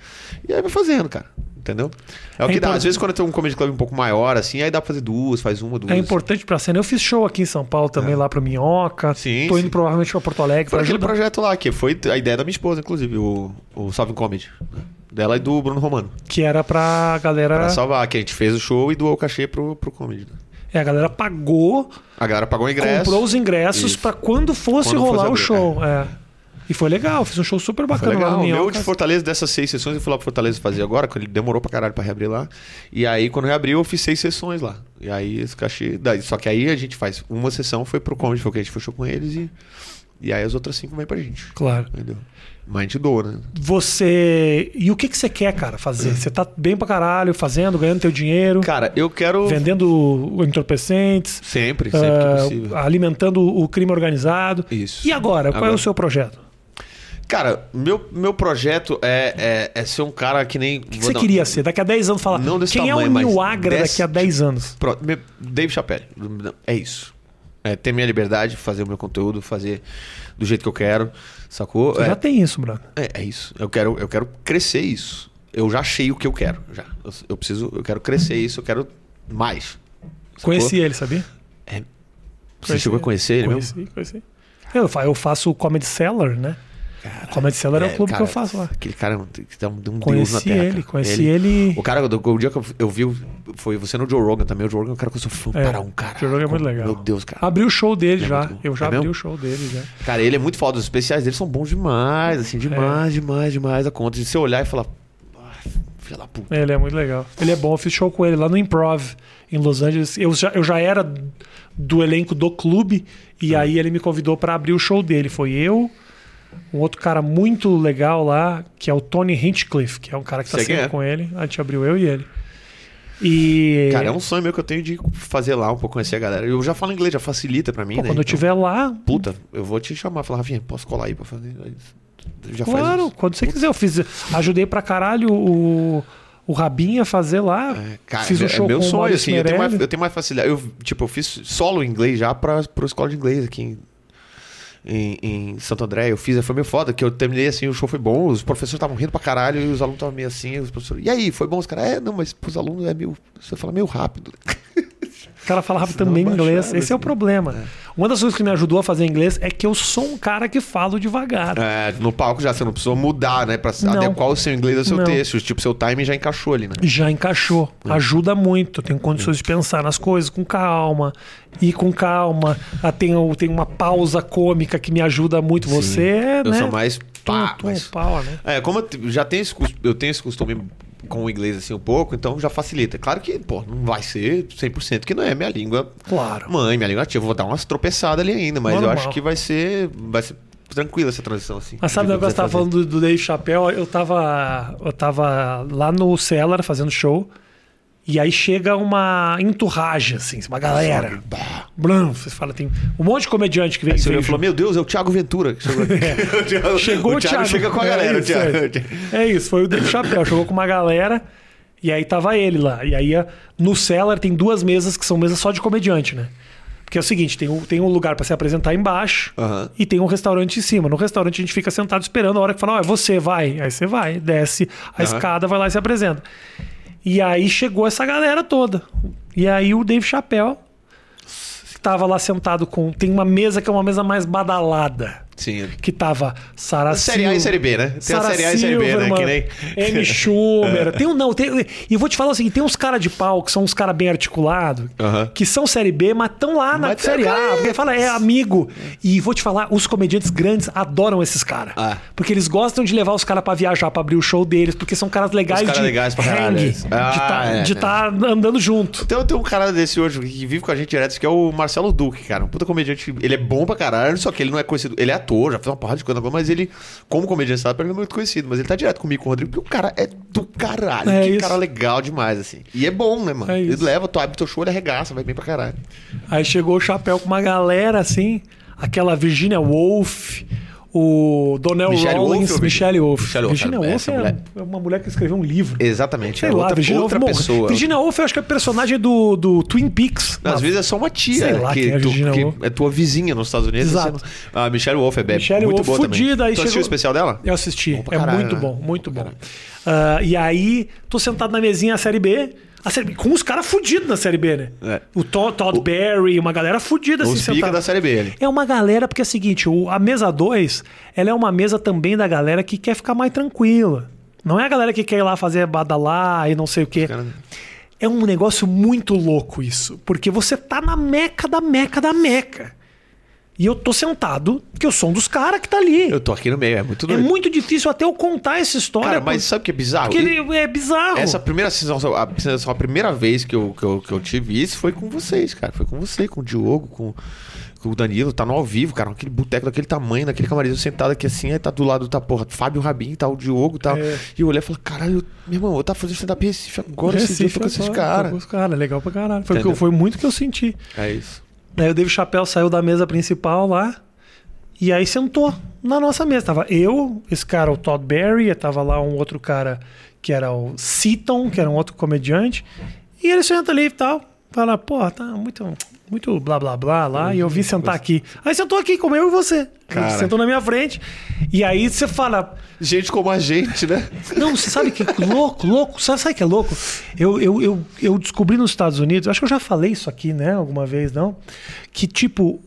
S2: E aí vai fazendo, cara. Entendeu? É o
S1: É
S2: que dá.
S1: importante.
S2: Às vezes quando tem um comedy club um pouco maior, assim, aí dá pra fazer duas, faz uma, duas.
S1: É importante pra cena. Eu fiz show aqui em São Paulo também, lá pro Minhoca.
S2: É. Sim,
S1: Tô indo
S2: sim.
S1: provavelmente pra Porto Alegre.
S2: Foi
S1: pra
S2: aquele
S1: ajudar.
S2: projeto lá, que foi a ideia da minha esposa, inclusive, o, o Salve Comedy. né? Dela e do Bruno Romano.
S1: Que era pra galera.
S2: Pra salvar, que a gente fez o show e doou o cachê pro, pro comedy. né?
S1: É, a galera pagou,
S2: A galera pagou o ingresso.
S1: comprou os ingressos
S2: Isso.
S1: pra quando fosse
S2: Quando
S1: rolar
S2: fosse
S1: o
S2: abrir,
S1: show. É. E foi legal, fiz um show super
S2: Foi
S1: bacana lá
S2: legal.
S1: no
S2: O meu
S1: Minhoca.
S2: de Fortaleza, dessas seis sessões, eu fui lá pro Fortaleza fazer agora, que ele demorou pra caralho pra reabrir lá. E aí, quando reabriu, eu fiz seis sessões lá. E aí, esse cachê... Daí, só que aí a gente faz uma sessão, foi pro comedy, foi o que a gente fechou com eles e... E aí as outras cinco vêm pra gente.
S1: Claro.
S2: Entendeu? Mas a gente doa, né?
S1: Você. E o que, que você quer, cara, fazer? Você tá bem pra caralho, fazendo, ganhando teu dinheiro,
S2: Cara, eu quero...
S1: vendendo entorpecentes,
S2: Sempre, sempre que
S1: ah,
S2: possível.
S1: alimentando o crime organizado.
S2: Isso.
S1: E agora, qual é o
S2: Agora.
S1: seu projeto?
S2: Cara, meu, meu projeto é, é, é ser um cara que nem.
S1: O que você queria ser? Daqui a 10 anos falar.
S2: um- Não desse
S1: quem é
S2: tamanho,
S1: o
S2: mas
S1: New Agra
S2: desse
S1: daqui a 10 anos?
S2: Pro, me- Dave Chappelle. É isso. É ter minha liberdade, fazer o meu conteúdo, fazer do jeito que eu quero, sacou?
S1: Você
S2: É,
S1: Já tem isso, Bruno.
S2: é, é isso. Eu quero, eu quero crescer isso. Eu já achei o que eu quero. Já. Eu, eu preciso. Eu quero crescer isso, eu quero mais. Sacou?
S1: Conheci ele, sabia?
S2: Você chegou a conhecer ele mesmo?
S1: Conheci, conheci. É, Eu, fa- eu faço o Comedy Cellar, né? O Comedy Cellar é, o
S2: É,
S1: clube
S2: cara,
S1: que eu faço lá.
S2: Aquele cara é um, é um deus na
S1: Conheci
S2: terra.
S1: ele,
S2: cara.
S1: conheci ele.
S2: O cara, do- o dia que eu- eu vi, foi você no Joe Rogan também. O Joe Rogan é um cara que eu sou fã
S1: É,
S2: para um cara.
S1: O jogo é muito
S2: Como-
S1: legal.
S2: Meu Deus, cara.
S1: Abri o show dele
S2: É
S1: já.
S2: muito bom.
S1: Eu já
S2: É
S1: abri
S2: mesmo?
S1: o show dele já.
S2: Cara, ele é muito foda. Os especiais dele são bons demais,
S1: É.
S2: assim, demais, demais, demais. A conta de você olhar e falar. "Ah, Filha da puta.
S1: Ele é muito legal. Ele é bom, eu fiz show com ele lá no Improv, em Los Angeles. Eu já, eu já era do elenco do clube, e aí ele me convidou pra abrir o show dele. Foi eu, um outro cara muito legal lá, que é o Tony Hinchcliffe, que é um cara que tá
S2: Sei quem
S1: sempre
S2: é.
S1: com ele. A gente abriu eu e ele. E
S2: Cara, é um sonho meu que eu tenho de fazer lá um pouco, conhecer a galera. Eu já falo inglês, já facilita pra mim,
S1: pô,
S2: né?
S1: quando eu
S2: Então,
S1: estiver lá,
S2: Puta, eu vou te chamar. Falar, Rafinha, posso colar aí pra fazer? Aí, Já faz
S1: claro,
S2: isso.
S1: quando você quiser. Eu fiz, ajudei pra caralho o, o Rabinha a fazer lá.
S2: É, cara,
S1: fiz
S2: é
S1: o show
S2: meu
S1: com o
S2: sonho,
S1: Maurício
S2: assim. Eu tenho, mais,
S1: Meirelles.
S2: eu tenho mais facilidade. Eu, tipo, eu fiz solo em inglês já pra, pra escola de inglês aqui em, em, em Santo André. Eu fiz, foi meio foda, que eu terminei assim, o show foi bom, os professores estavam rindo pra caralho e os alunos estavam meio assim. Os professores, e aí, foi bom? Os caras, é, não, mas pros alunos é meio. Você fala meio rápido.
S1: O cara falava
S2: Senão
S1: também
S2: baixava,
S1: inglês. Esse é o
S2: assim.
S1: problema. Uma das coisas que me ajudou a fazer inglês é que eu sou um cara que falo devagar.
S2: É, no palco já, você não precisou mudar, né? Pra
S1: Não.
S2: adequar o seu inglês ao seu
S1: Não.
S2: texto. Tipo, seu timing já encaixou ali, né?
S1: Já encaixou.
S2: É.
S1: Ajuda muito. Eu tenho condições de pensar nas coisas com calma. E com calma. Ah, Tem, o- tem uma pausa cômica que me ajuda muito. Você, é,
S2: Eu
S1: né?
S2: sou mais.
S1: Tum,
S2: Pá,
S1: tum,
S2: mas-
S1: pau, né?
S2: É, como eu te- já tenho esse, cus- eu tenho esse costume com o inglês assim um pouco, então já facilita. Claro que, pô, não vai ser 100%, que não é minha língua
S1: Claro.
S2: mãe, minha língua ativa. Vou dar umas tropeçadas ali ainda, mas
S1: Normal.
S2: eu acho que vai ser, vai ser tranquila essa transição assim.
S1: Mas sabe o
S2: do
S1: negócio que você tava
S2: quiser fazer.
S1: falando do, do Dave Chappelle? Eu tava, eu tava lá no Cellar fazendo show. E aí chega uma enturragem, assim, uma galera. Brum, você fala, tem um monte de comediante que vem.
S2: Aí você
S1: vem
S2: olhou e falou: Meu Deus, é o Thiago Ventura. que chegou aqui." O Thiago-
S1: É. Chegou o Thiago.
S2: Chega com a galera,
S1: é
S2: o
S1: isso,
S2: Thiago.
S1: É isso. É isso, foi o Dave Chapéu. Chegou com uma galera e aí tava ele lá. E aí a- no Cellar tem duas mesas que são mesas só de comediante, né? Porque é o seguinte, tem um, tem um lugar pra se apresentar embaixo
S2: Aham.
S1: e tem um restaurante em cima. No restaurante a gente fica sentado esperando a hora que fala, ó, é você, vai. Aí você vai, desce a
S2: Aham.
S1: escada, vai lá e se apresenta. E aí chegou essa galera toda. E aí o Dave Chapéu tava lá sentado com... Tem uma mesa que é uma mesa mais badalada
S2: Sim.
S1: que tava Sarah
S2: Série A e Série B, né? Tem a Série A e Série B, né? Que nem. É.
S1: M. Schumer. tem um, não, tem, e eu vou te falar o seguinte: tem uns caras de pau que são uns caras bem articulados,
S2: Aham.
S1: que são Série B, mas estão lá na
S2: Mas é tem
S1: Série A.
S2: aquela-
S1: Porque fala, é amigo. E vou te falar: os comediantes grandes adoram esses caras.
S2: Ah.
S1: Porque eles gostam de levar os caras pra viajar, pra abrir o show deles, porque são caras legais
S2: Os caras
S1: de
S2: legais pra caralho,
S1: hang,
S2: isso. Ah, é,
S1: de
S2: né?
S1: estar andando junto.
S2: Então tem um cara desse hoje que vive com a gente direto, que é o Marcelo Duque, cara. Um puta comediante. Ele é bom pra caralho, só que ele não é conhecido. Ele é ator, já fez uma porrada de coisa, mas ele, como comediante, sabe, ele não é muito conhecido. Mas ele tá direto comigo, com o Rodrigo, porque o cara é do caralho.
S1: É
S2: que
S1: isso.
S2: cara legal demais, assim. E é bom, né, mano?
S1: É
S2: ele
S1: isso.
S2: leva, tu abre teu show, ele arregaça, vai bem pra caralho.
S1: Aí chegou o chapéu com uma galera assim, aquela Virginia Woolf, o Donnell
S2: Michelle Wolf
S1: Rollins,
S2: ou Virginia-
S1: Michelle Woolf.
S2: Michelle Wolf,
S1: Virginia
S2: cara,
S1: Woolf
S2: essa
S1: é,
S2: mulher.
S1: é uma mulher que escreveu um livro.
S2: Exatamente.
S1: Sei
S2: é
S1: lá,
S2: outra,
S1: Virginia
S2: outra
S1: Woolf morre.
S2: pessoa.
S1: Virginia Woolf eu acho que é personagem do, do Twin Peaks.
S2: Às
S1: Mas
S2: vezes é só uma tia
S1: Sei lá
S2: que,
S1: quem é a
S2: tu-
S1: Virginia
S2: que
S1: Woolf.
S2: é tua vizinha nos Estados Unidos.
S1: Exato.
S2: Você não- A Michelle Wolf é bem
S1: Michelle
S2: muito
S1: Wolf
S2: boa também.
S1: fudida, aí
S2: tu assistiu
S1: chegou-
S2: o especial dela?
S1: Eu assisti.
S2: pra
S1: É
S2: caralho,
S1: muito
S2: né?
S1: bom, muito bom. Ah, e aí, tô sentado na mesinha da Série B. A série B com os caras fudidos na Série B, né?
S2: É.
S1: O To- Todd Berry, uma galera fudida assim
S2: Os pica
S1: sentada.
S2: da série B ali.
S1: É uma galera, porque é o seguinte, o- a mesa 2, ela é uma mesa também da galera que quer ficar mais tranquila. Não é a galera que quer ir lá fazer badalar e não sei o quê.
S2: caras-
S1: É um negócio muito louco isso, porque você tá na meca da meca da meca. E eu tô sentado, porque eu sou um dos caras que tá ali.
S2: Eu tô aqui no meio, é muito
S1: É
S2: doido.
S1: muito difícil até eu contar essa história.
S2: Cara, mas sabe o que é bizarro?
S1: Porque ele é bizarro.
S2: Essa primeira sensação, a sensação, a primeira vez que eu, que, eu, que eu tive isso foi com vocês, cara. Foi com você, com o Diogo, com, com o Danilo. Tá no ao vivo, cara. Aquele boteco daquele tamanho, naquele camarim sentado aqui assim. Aí tá do lado, tá, porra, Fábio Rabin, tá o Diogo, tá. E eu olhei e falei, caralho, meu irmão, eu tava fazendo stand-up em Recife agora, esse dia eu tô com esses caras.
S1: legal pra caralho. Foi, o que eu-
S2: Entendeu?
S1: foi muito que eu senti.
S2: É isso.
S1: Aí o David Chapéu saiu da mesa principal lá e aí sentou na nossa mesa. Tava eu, esse cara, o Todd Berry, tava lá um outro cara que era o Seaton, que era um outro comediante. E ele senta ali e tal, fala, pô, tá muito, muito blá blá blá lá, e eu vim sentar aqui. Aí sentou aqui, como eu e você.
S2: Uhum. Cara.
S1: Sentou na minha frente. E aí você fala,
S2: Gente como a gente, né?
S1: não, você sabe que louco, louco. Sabe, sabe que é louco? Eu, eu, eu, eu descobri nos Estados Unidos, acho que eu já falei isso aqui, né? Alguma vez, não? Que tipo,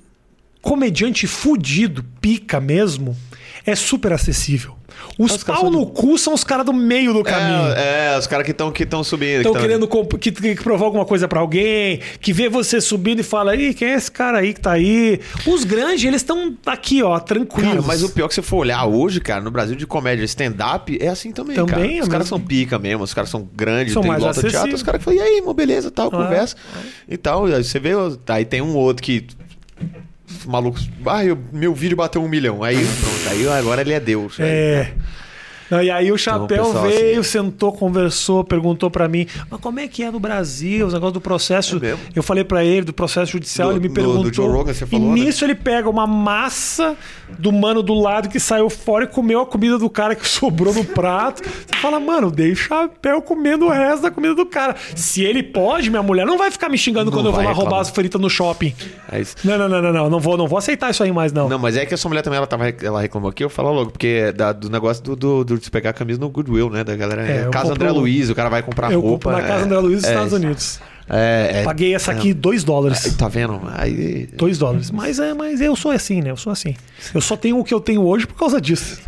S1: comediante fudido, pica mesmo, é super acessível. Os,
S2: caras
S1: pau no cu são os caras do meio do caminho.
S2: É, é, os caras que estão que tão subindo.
S1: Estão
S2: que tá tão-
S1: querendo comp- que, que provar alguma coisa pra alguém, que vê você subindo e fala, ih, quem é esse cara aí que tá aí? Os grandes, eles estão aqui, ó, tranquilos.
S2: Cara, mas o pior que você for olhar hoje, cara, no Brasil de comédia stand-up, é assim também,
S1: Também
S2: cara.
S1: é
S2: Os
S1: mesmo.
S2: caras são pica mesmo, os caras são grandes,
S1: São
S2: tem
S1: mais
S2: lota de teatro,
S1: acessíveis. Ah,
S2: os caras que falam, e aí, irmão, beleza, tal, conversa e tal. E aí você vê, ó, tá, aí tem um outro que... Maluco, ah, eu- meu vídeo bateu um milhão. Aí, pronto, aí agora ele é Deus.
S1: É. Não, e aí o Chapéu
S2: pessoal, assim, é.
S1: veio, sentou, conversou, perguntou pra mim, mas como é que é no Brasil, os negócios do processo?
S2: É mesmo?
S1: eu falei pra ele do processo judicial,
S2: Do-
S1: ele me
S2: do-
S1: perguntou.
S2: do Joe Rogan, você falou,
S1: e
S2: né?
S1: nisso ele pega uma massa do mano do lado que saiu fora e comeu a comida do cara que sobrou no prato. Você fala, mano, dei Chapéu comendo o resto da comida do cara. Se ele pode, minha mulher não vai ficar me xingando
S2: Não
S1: quando eu vou
S2: vai
S1: lá roubar
S2: reclamar.
S1: as fritas no shopping.
S2: É isso.
S1: Não, não, não, não, não, não vou, não vou aceitar isso aí mais não.
S2: Não, mas é que a sua mulher também, ela, tava, ela reclamou aqui, eu falo logo, porque é da- do negócio do, do, do- de pegar a camisa no Goodwill, né, da galera.
S1: É, eu
S2: casa
S1: compro-
S2: André Luiz, o cara vai comprar
S1: eu
S2: roupa.
S1: compro na casa
S2: é,
S1: André Luiz dos
S2: é,
S1: Estados Unidos.
S2: É, é,
S1: Paguei essa aqui 2 dólares.
S2: Tá vendo? Aí
S1: 2 dólares. Mas é, mas eu sou assim, né? Eu sou assim. Eu só tenho o que eu tenho hoje por causa disso.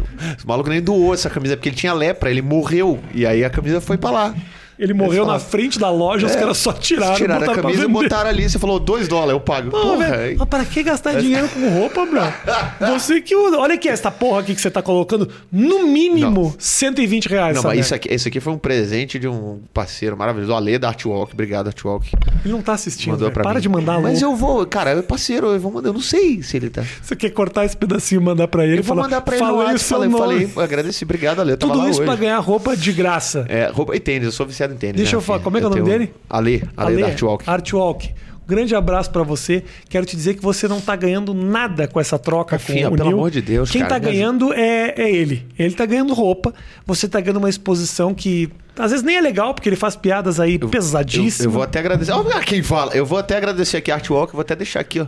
S2: O maluco nem doou essa camisa, porque ele tinha lepra, ele morreu. E aí a camisa foi pra lá. É
S1: Ele morreu na
S2: falaram-
S1: frente da loja, os caras só tiraram,
S2: É. Tiraram a
S1: botaram pra
S2: camisa e
S1: vender.
S2: botaram ali. Você falou, dois dólares, eu pago.
S1: Pô,
S2: Porra,
S1: velho,
S2: aí-
S1: mas pra que gastar dinheiro com roupa, bro? Você que usa. Olha aqui essa porra aqui que você tá colocando. No mínimo, 120 reais.
S2: Não,
S1: essa
S2: mas isso
S1: merda.
S2: aqui, isso aqui foi um presente de um parceiro maravilhoso, o Ale da Artwalk. Obrigado, Artwalk.
S1: Ele não tá assistindo.
S2: Mandou
S1: velho.
S2: pra
S1: Para
S2: mim.
S1: de mandar louco.
S2: Mas eu vou, cara, é parceiro, eu vou mandar. Eu não sei se ele tá.
S1: Você quer cortar esse pedacinho e mandar pra ele?
S2: Eu vou
S1: Fala,
S2: mandar pra ele
S1: fala
S2: no
S1: aí o
S2: WhatsApp.
S1: seu
S2: Falei,
S1: nome.
S2: falei, agradeci, obrigado, Ale. Eu tava
S1: Tudo
S2: lá
S1: isso
S2: hoje.
S1: pra ganhar roupa de graça.
S2: É, roupa e tênis, eu sou viciado quero entender.
S1: Deixa eu falar, como é que é o nome dele?
S2: Ale, Ale,
S1: Ale,
S2: da Artwalk.
S1: Artwalk. Um grande abraço pra você. Quero te dizer que você não tá ganhando nada com essa troca
S2: Rafinha,
S1: com o
S2: pelo
S1: Neil.
S2: amor de Deus,
S1: Quem
S2: cara,
S1: tá
S2: me ajuda.
S1: ganhando é, é ele. Ele tá ganhando roupa, você tá ganhando uma exposição que às vezes nem é legal, porque ele faz piadas aí pesadíssimas.
S2: Eu, eu vou até agradecer. Olha quem fala. Eu vou até agradecer aqui a Artwalk. Eu vou até deixar aqui, ó.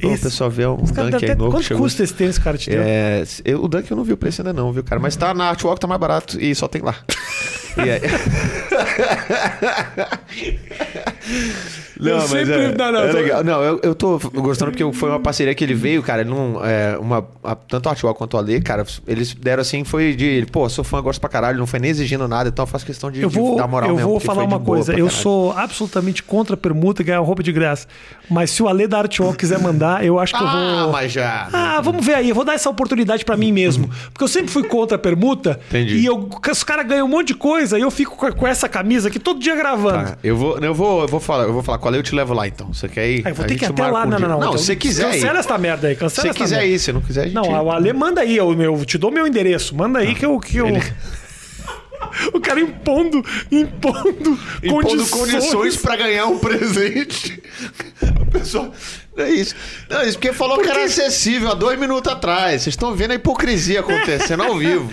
S2: Pra o
S1: Esse-
S2: pessoal ver um
S1: Os caras
S2: dunk
S1: devem
S2: aí
S1: ter-
S2: novo. que
S1: Quanto
S2: chegou.
S1: custa esse tênis, que o cara? Te deu?
S2: É, eu- o Dunk eu não vi o preço ainda não, viu, cara? Mas tá na Artwalk, tá mais barato e só tem lá. E aí-
S1: Eu sempre- não, não,
S2: é
S1: eu tô-
S2: legal. Não, eu, eu tô gostando porque foi uma parceria que ele veio, cara. ele Não, é, uma, a- tanto a Artwalk quanto a Lê, cara, eles deram assim, foi de... Pô, sou fã, gosto pra caralho, não foi nem exigindo nada, então eu faço questão de,
S1: Eu
S2: de
S1: vou,
S2: dar moral
S1: eu
S2: mesmo.
S1: vou
S2: porque
S1: falar
S2: foi de
S1: uma
S2: boa
S1: coisa.
S2: pra
S1: Eu
S2: caralho.
S1: sou absolutamente contra a permuta e ganhar roupa de graça. Mas se o Ale da Artwalk quiser mandar, eu acho que eu
S2: Ah,
S1: vou.
S2: mas já...
S1: Ah, vamos ver aí. Eu vou dar essa oportunidade pra mim mesmo. Porque eu sempre fui contra a permuta.
S2: Uhum. Entendi.
S1: E eu, os caras ganham um monte de coisa e eu fico com com essa camisa aqui todo dia gravando.
S2: Tá, eu vou, eu vou, eu vou falar, eu vou falar qual é, eu te levo lá então. Você quer ir?
S1: Aí É, eu vou
S2: A
S1: ter que ir
S2: gente
S1: até
S2: marca
S1: lá.
S2: um
S1: Não,
S2: dia.
S1: não, não.
S2: Não,
S1: Então,
S2: se quiser ir.
S1: Cancela esta merda aí.
S2: Se
S1: Cancela
S2: você
S1: essa
S2: quiser
S1: merda.
S2: ir, se não quiser, a gente.
S1: Não, o Ale manda aí, eu, eu te dou meu endereço. Manda aí que eu. Que eu...
S2: Ele-
S1: O cara impondo, impondo,
S2: Impondo
S1: condições.
S2: condições pra ganhar um presente. A pessoa. É isso. Não, isso porque falou que era acessível há dois minutos atrás. Vocês estão vendo a hipocrisia acontecendo ao vivo.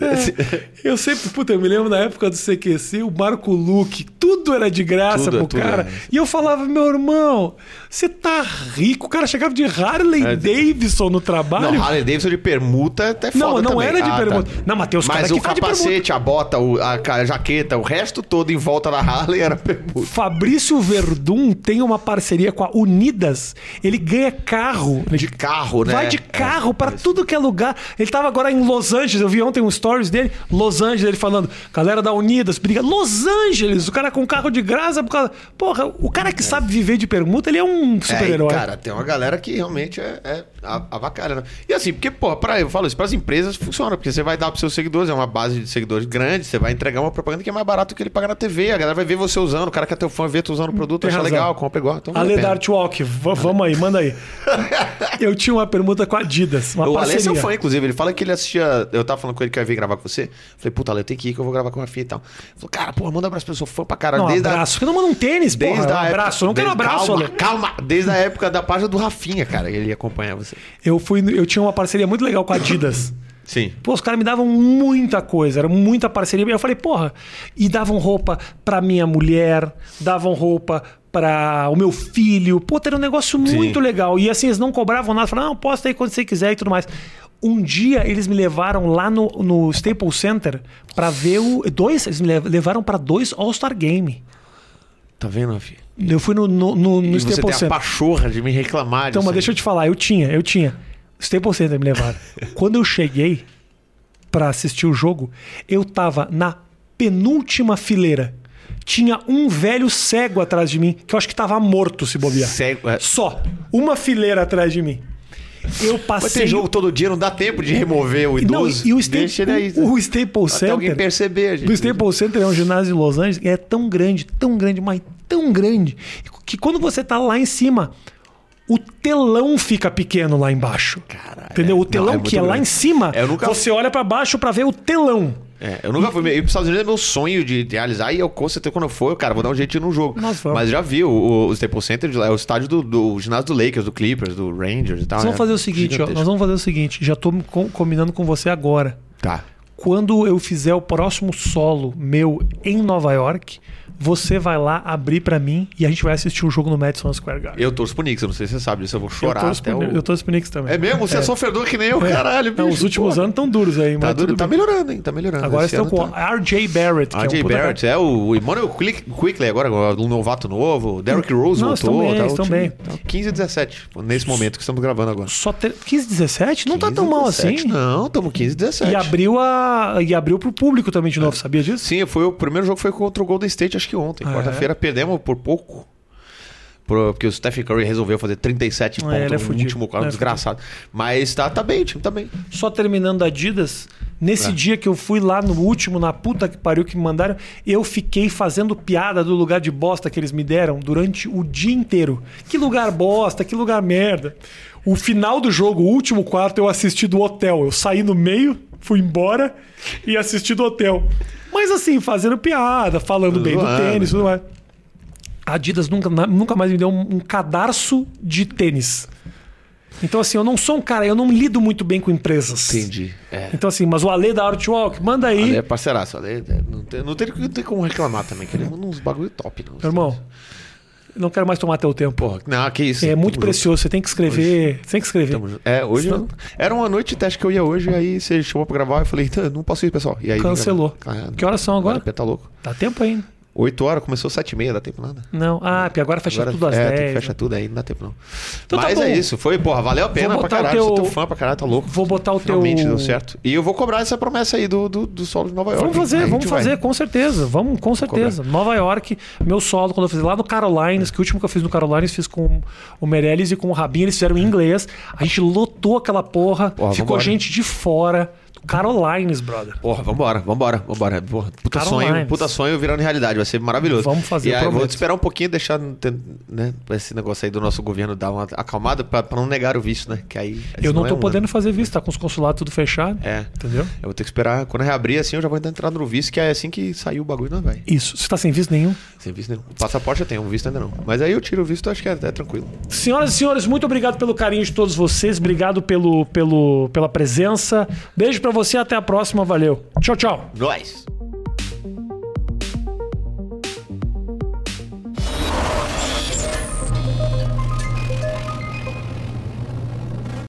S1: É. Eu sempre, puta, eu me lembro na época do CQC, o Marco Luque, tudo era de graça
S2: Tudo,
S1: pro
S2: tudo
S1: cara.
S2: era.
S1: E eu falava, meu irmão, você tá rico. O cara chegava de Harley
S2: É.
S1: Davidson no
S2: Não,
S1: trabalho.
S2: Harley Davidson de permuta é até foda
S1: Não, não
S2: também.
S1: era de
S2: Ah, tá.
S1: permuta. Não, mas tem os caras
S2: Mas
S1: que
S2: o
S1: faz de permuta.
S2: capacete, a bota, o- a ca- a jaqueta, o resto todo em volta da Harley era permuta.
S1: Fabrício Verdun tem uma parceria com a Unidas. Ele ganha carro.
S2: De carro, né?
S1: Vai de carro pra tudo que é lugar. Ele tava agora em Los Angeles, eu vi ontem um stories dele, Los Angeles, ele falando, galera da Unidas, briga. Los Angeles, o cara com carro de graça por causa. Porra, o cara que sabe viver de permuta, ele é um
S2: É, e,
S1: super-herói.
S2: cara, tem uma galera que realmente é, é a- avacalha, né? E assim, porque, pô, pra, eu falo isso, pras empresas funciona, porque você vai dar pros seus seguidores, é uma base de seguidores grande, você vai entregar uma propaganda que é mais barato que ele pagar na TV, a galera vai ver você usando, o cara que é teu fã vê tu usando o produto,
S1: Tem
S2: acha
S1: razão.
S2: legal, compra igual. Então, vale
S1: Ale
S2: a pena.
S1: da Artwalk, v- vamos aí, manda aí. Eu tinha uma permuta com a Adidas, uma
S2: O Ale é
S1: parceria.
S2: seu fã, inclusive. Ele fala que ele assistia. Eu tava falando com ele que ia vir gravar com você. Falei, puta, Ale, eu tenho que ir que eu vou gravar com a Rafinha e tal. Ele Falou, cara, pô, manda pras pessoas fã pra caralho.
S1: Não,
S2: desde a-
S1: abraço. Porque não manda um tênis,
S2: Desde
S1: porra.
S2: a época-
S1: abraço. Eu não quero
S2: desde-
S1: abraço,
S2: calma,
S1: Ale.
S2: calma. Desde a época da página do Rafinha, cara, ele acompanha você.
S1: Eu, fui, eu tinha uma parceria muito legal com a Adidas.
S2: Sim.
S1: Pô, os caras me davam muita coisa, era muita parceria. Eu falei, porra, e davam roupa pra minha mulher, davam roupa pra o meu filho. Pô, era um negócio muito legal. E assim, eles não cobravam nada, falavam, não, posta aí quando você quiser e tudo mais. Um dia eles me levaram lá no, no Staples Center pra ver o. Dois, eles me lev- levaram pra dois All-Star Game.
S2: Tá vendo, Rafinha?
S1: Eu fui no, no, no, no
S2: E você tem
S1: Staples
S2: a
S1: Center.
S2: pachorra de me reclamar
S1: Então, mas deixa eu te falar, eu tinha, eu tinha. Staples Center né, me levaram. Quando eu cheguei pra assistir o jogo, eu tava na penúltima fileira. Tinha um velho cego atrás de mim, que eu acho que tava morto se bobear.
S2: Cego, é.
S1: Só. Uma fileira atrás de mim. Eu
S2: Mas
S1: passei.
S2: tem jogo todo dia, não dá tempo de remover o
S1: Não,
S2: idoso.
S1: e o, Sta-
S2: Deixa ele aí. né?
S1: o, o Staples
S2: Até alguém
S1: Center.
S2: perceber, gente.
S1: O Staples Center é um ginásio de Los Angeles, é tão grande, tão grande, mas tão grande, que quando você tá lá em cima, o telão fica pequeno lá embaixo.
S2: Caralho,
S1: Entendeu?
S2: é.
S1: O
S2: Não,
S1: telão
S2: é muito
S1: que é lá
S2: grande.
S1: em cima,
S2: Eu nunca-
S1: você olha pra baixo pra ver o telão.
S2: É, eu nunca fui. Ir pros Estados Unidos é meu sonho de realizar. E eu, com certeza, quando eu for, cara, vou dar um jeito de ir num jogo.
S1: Nós vamos.
S2: Mas já vi o, o, o Staples Center, de lá, é o estádio do, do o ginásio do Lakers, do Clippers, do Rangers e tal.
S1: Nós vamos
S2: é
S1: fazer o seguinte, ó,
S2: gigantesco.
S1: nós vamos fazer o seguinte, já tô me com- combinando com você agora.
S2: Tá.
S1: Quando eu fizer o próximo solo meu em Nova York, você vai lá abrir pra mim e a gente vai assistir o jogo no Madison Square Garden.
S2: Eu torço pro Knicks, eu não sei se você sabe disso, eu vou chorar
S1: torço
S2: até
S1: pro-
S2: o...
S1: eu torço pro Knicks também.
S2: É mesmo? Você é, sofredor que nem eu, caralho, bicho.
S1: Não, É, os últimos
S2: Pô,
S1: anos estão duros aí,
S2: Tá,
S1: mas
S2: duro,
S1: tudo
S2: tá
S1: bem.
S2: melhorando, hein? Tá melhorando.
S1: Agora
S2: Esse
S1: estão
S2: ano
S1: com
S2: tá-
S1: RJ Barrett, que é um
S2: RJ
S1: puta
S2: Barrett, é o, o Emmanuel Quick- Quickley agora, um novato novo, Derrick Rose
S1: Hum. Não, estão
S2: voltou.
S1: bem,
S2: tá, o
S1: estão
S2: time-
S1: bem.
S2: tá 15 e 17, nesse momento que estamos gravando agora.
S1: Só ter- 15, 17? Não tá
S2: 15,
S1: tão mal
S2: 17,
S1: assim.
S2: é. Não, estamos 15 e 17.
S1: E abriu, a, e abriu pro público também de novo, sabia disso?
S2: Sim, foi o primeiro jogo foi contra o Golden State, acho que ontem.
S1: Ah,
S2: Quarta-feira perdemos por pouco. pro- porque o Stephen Curry resolveu fazer 37
S1: É,
S2: pontos
S1: ele é
S2: no
S1: fudido.
S2: último quarto,
S1: Ele é
S2: desgraçado. Mas tá, tá bem, o time tá bem.
S1: Só terminando a Adidas, nesse
S2: É.
S1: dia que eu fui lá no último, na puta que pariu que me mandaram, eu fiquei fazendo piada do lugar de bosta que eles me deram durante o dia inteiro. Que lugar bosta, que lugar merda. O final do jogo, o último quarto, eu assisti do hotel. Eu saí no meio, fui embora e assisti do hotel. Mas assim, fazendo piada, falando bem do
S2: Zoando, né?
S1: tênis, tudo mais. A Adidas nunca, nunca mais me deu um, um cadarço de tênis. Então, assim, eu não sou um cara, eu não lido muito bem com empresas.
S2: Entendi. É.
S1: Então, assim, mas o Ale da Artwalk, manda aí.
S2: Ali é parceiraço, ali é- não, tem, não, tem, não tem como reclamar também, que ele manda uns bagulho top. Não.
S1: Meu irmão, não quero mais tomar teu tempo.
S2: Porra, não, que isso.
S1: é muito
S2: Tamo junto.
S1: precioso, você tem que escrever. Você tem que escrever.
S2: Tamo junto. É, hoje. eu- Era uma noite de teste que eu ia hoje, aí você chamou pra gravar, eu falei, "Tá, não posso ir, pessoal. E aí,
S1: Cancelou.
S2: Caralho.
S1: Que horas são agora?
S2: Tá louco.
S1: Dá tempo ainda.
S2: 8 horas, começou 7 e meia, dá tempo nada.
S1: Não. Ah, porque agora fecha
S2: Agora-
S1: tudo às
S2: é, tem que
S1: 10.
S2: fecha
S1: né?
S2: tudo aí, não dá tempo não.
S1: Então tá
S2: Mas
S1: bom.
S2: é isso, foi, porra, valeu a pena pra
S1: botar o
S2: caralho.
S1: teu-
S2: Sou teu fã pra caralho, tá louco.
S1: Vou botar o
S2: Finalmente
S1: teu.
S2: deu certo. E eu vou cobrar essa promessa aí do, do, do solo de Nova York.
S1: Vamos
S2: Aí a
S1: fazer,
S2: gente
S1: vamos
S2: vai.
S1: fazer, com certeza. Vamos, com certeza. Nova York, meu solo, quando eu fiz lá no Carolines, que o último que eu fiz no Carolines, fiz com o Meirelles e com o Rabinho, eles fizeram em inglês. A gente lotou aquela porra,
S2: Porra,
S1: ficou
S2: vambora.
S1: gente de fora do Carolines, brother.
S2: Porra, vambora, vambora, vambora. Porra, puta
S1: Carol
S2: sonho,
S1: Lines.
S2: puta sonho virando realidade, vai ser maravilhoso.
S1: Vamos fazer,
S2: E
S1: eu
S2: aí, vou
S1: prometo.
S2: te esperar um pouquinho, deixar né, esse negócio aí do nosso governo dar uma acalmada pra, pra não negar o visto, né? Que aí.
S1: Eu não,
S2: é
S1: tô
S2: um
S1: podendo
S2: ano.
S1: fazer visto, tá com os consulados tudo fechado.
S2: É.
S1: Entendeu?
S2: Eu vou ter que esperar. Quando reabrir, assim, eu já vou entrar no visto, que é assim que saiu o bagulho, não vai.
S1: Isso. Você tá sem visto nenhum?
S2: Sem visto nenhum. O passaporte eu tenho, o visto ainda não. Mas aí eu tiro o visto, acho que é, é tranquilo.
S1: Senhoras e senhores, muito obrigado pelo carinho de todos vocês. Obrigado pelo, pelo, pela presença. Beijo pra você, até a próxima. Valeu. Tchau, tchau.
S2: Nós!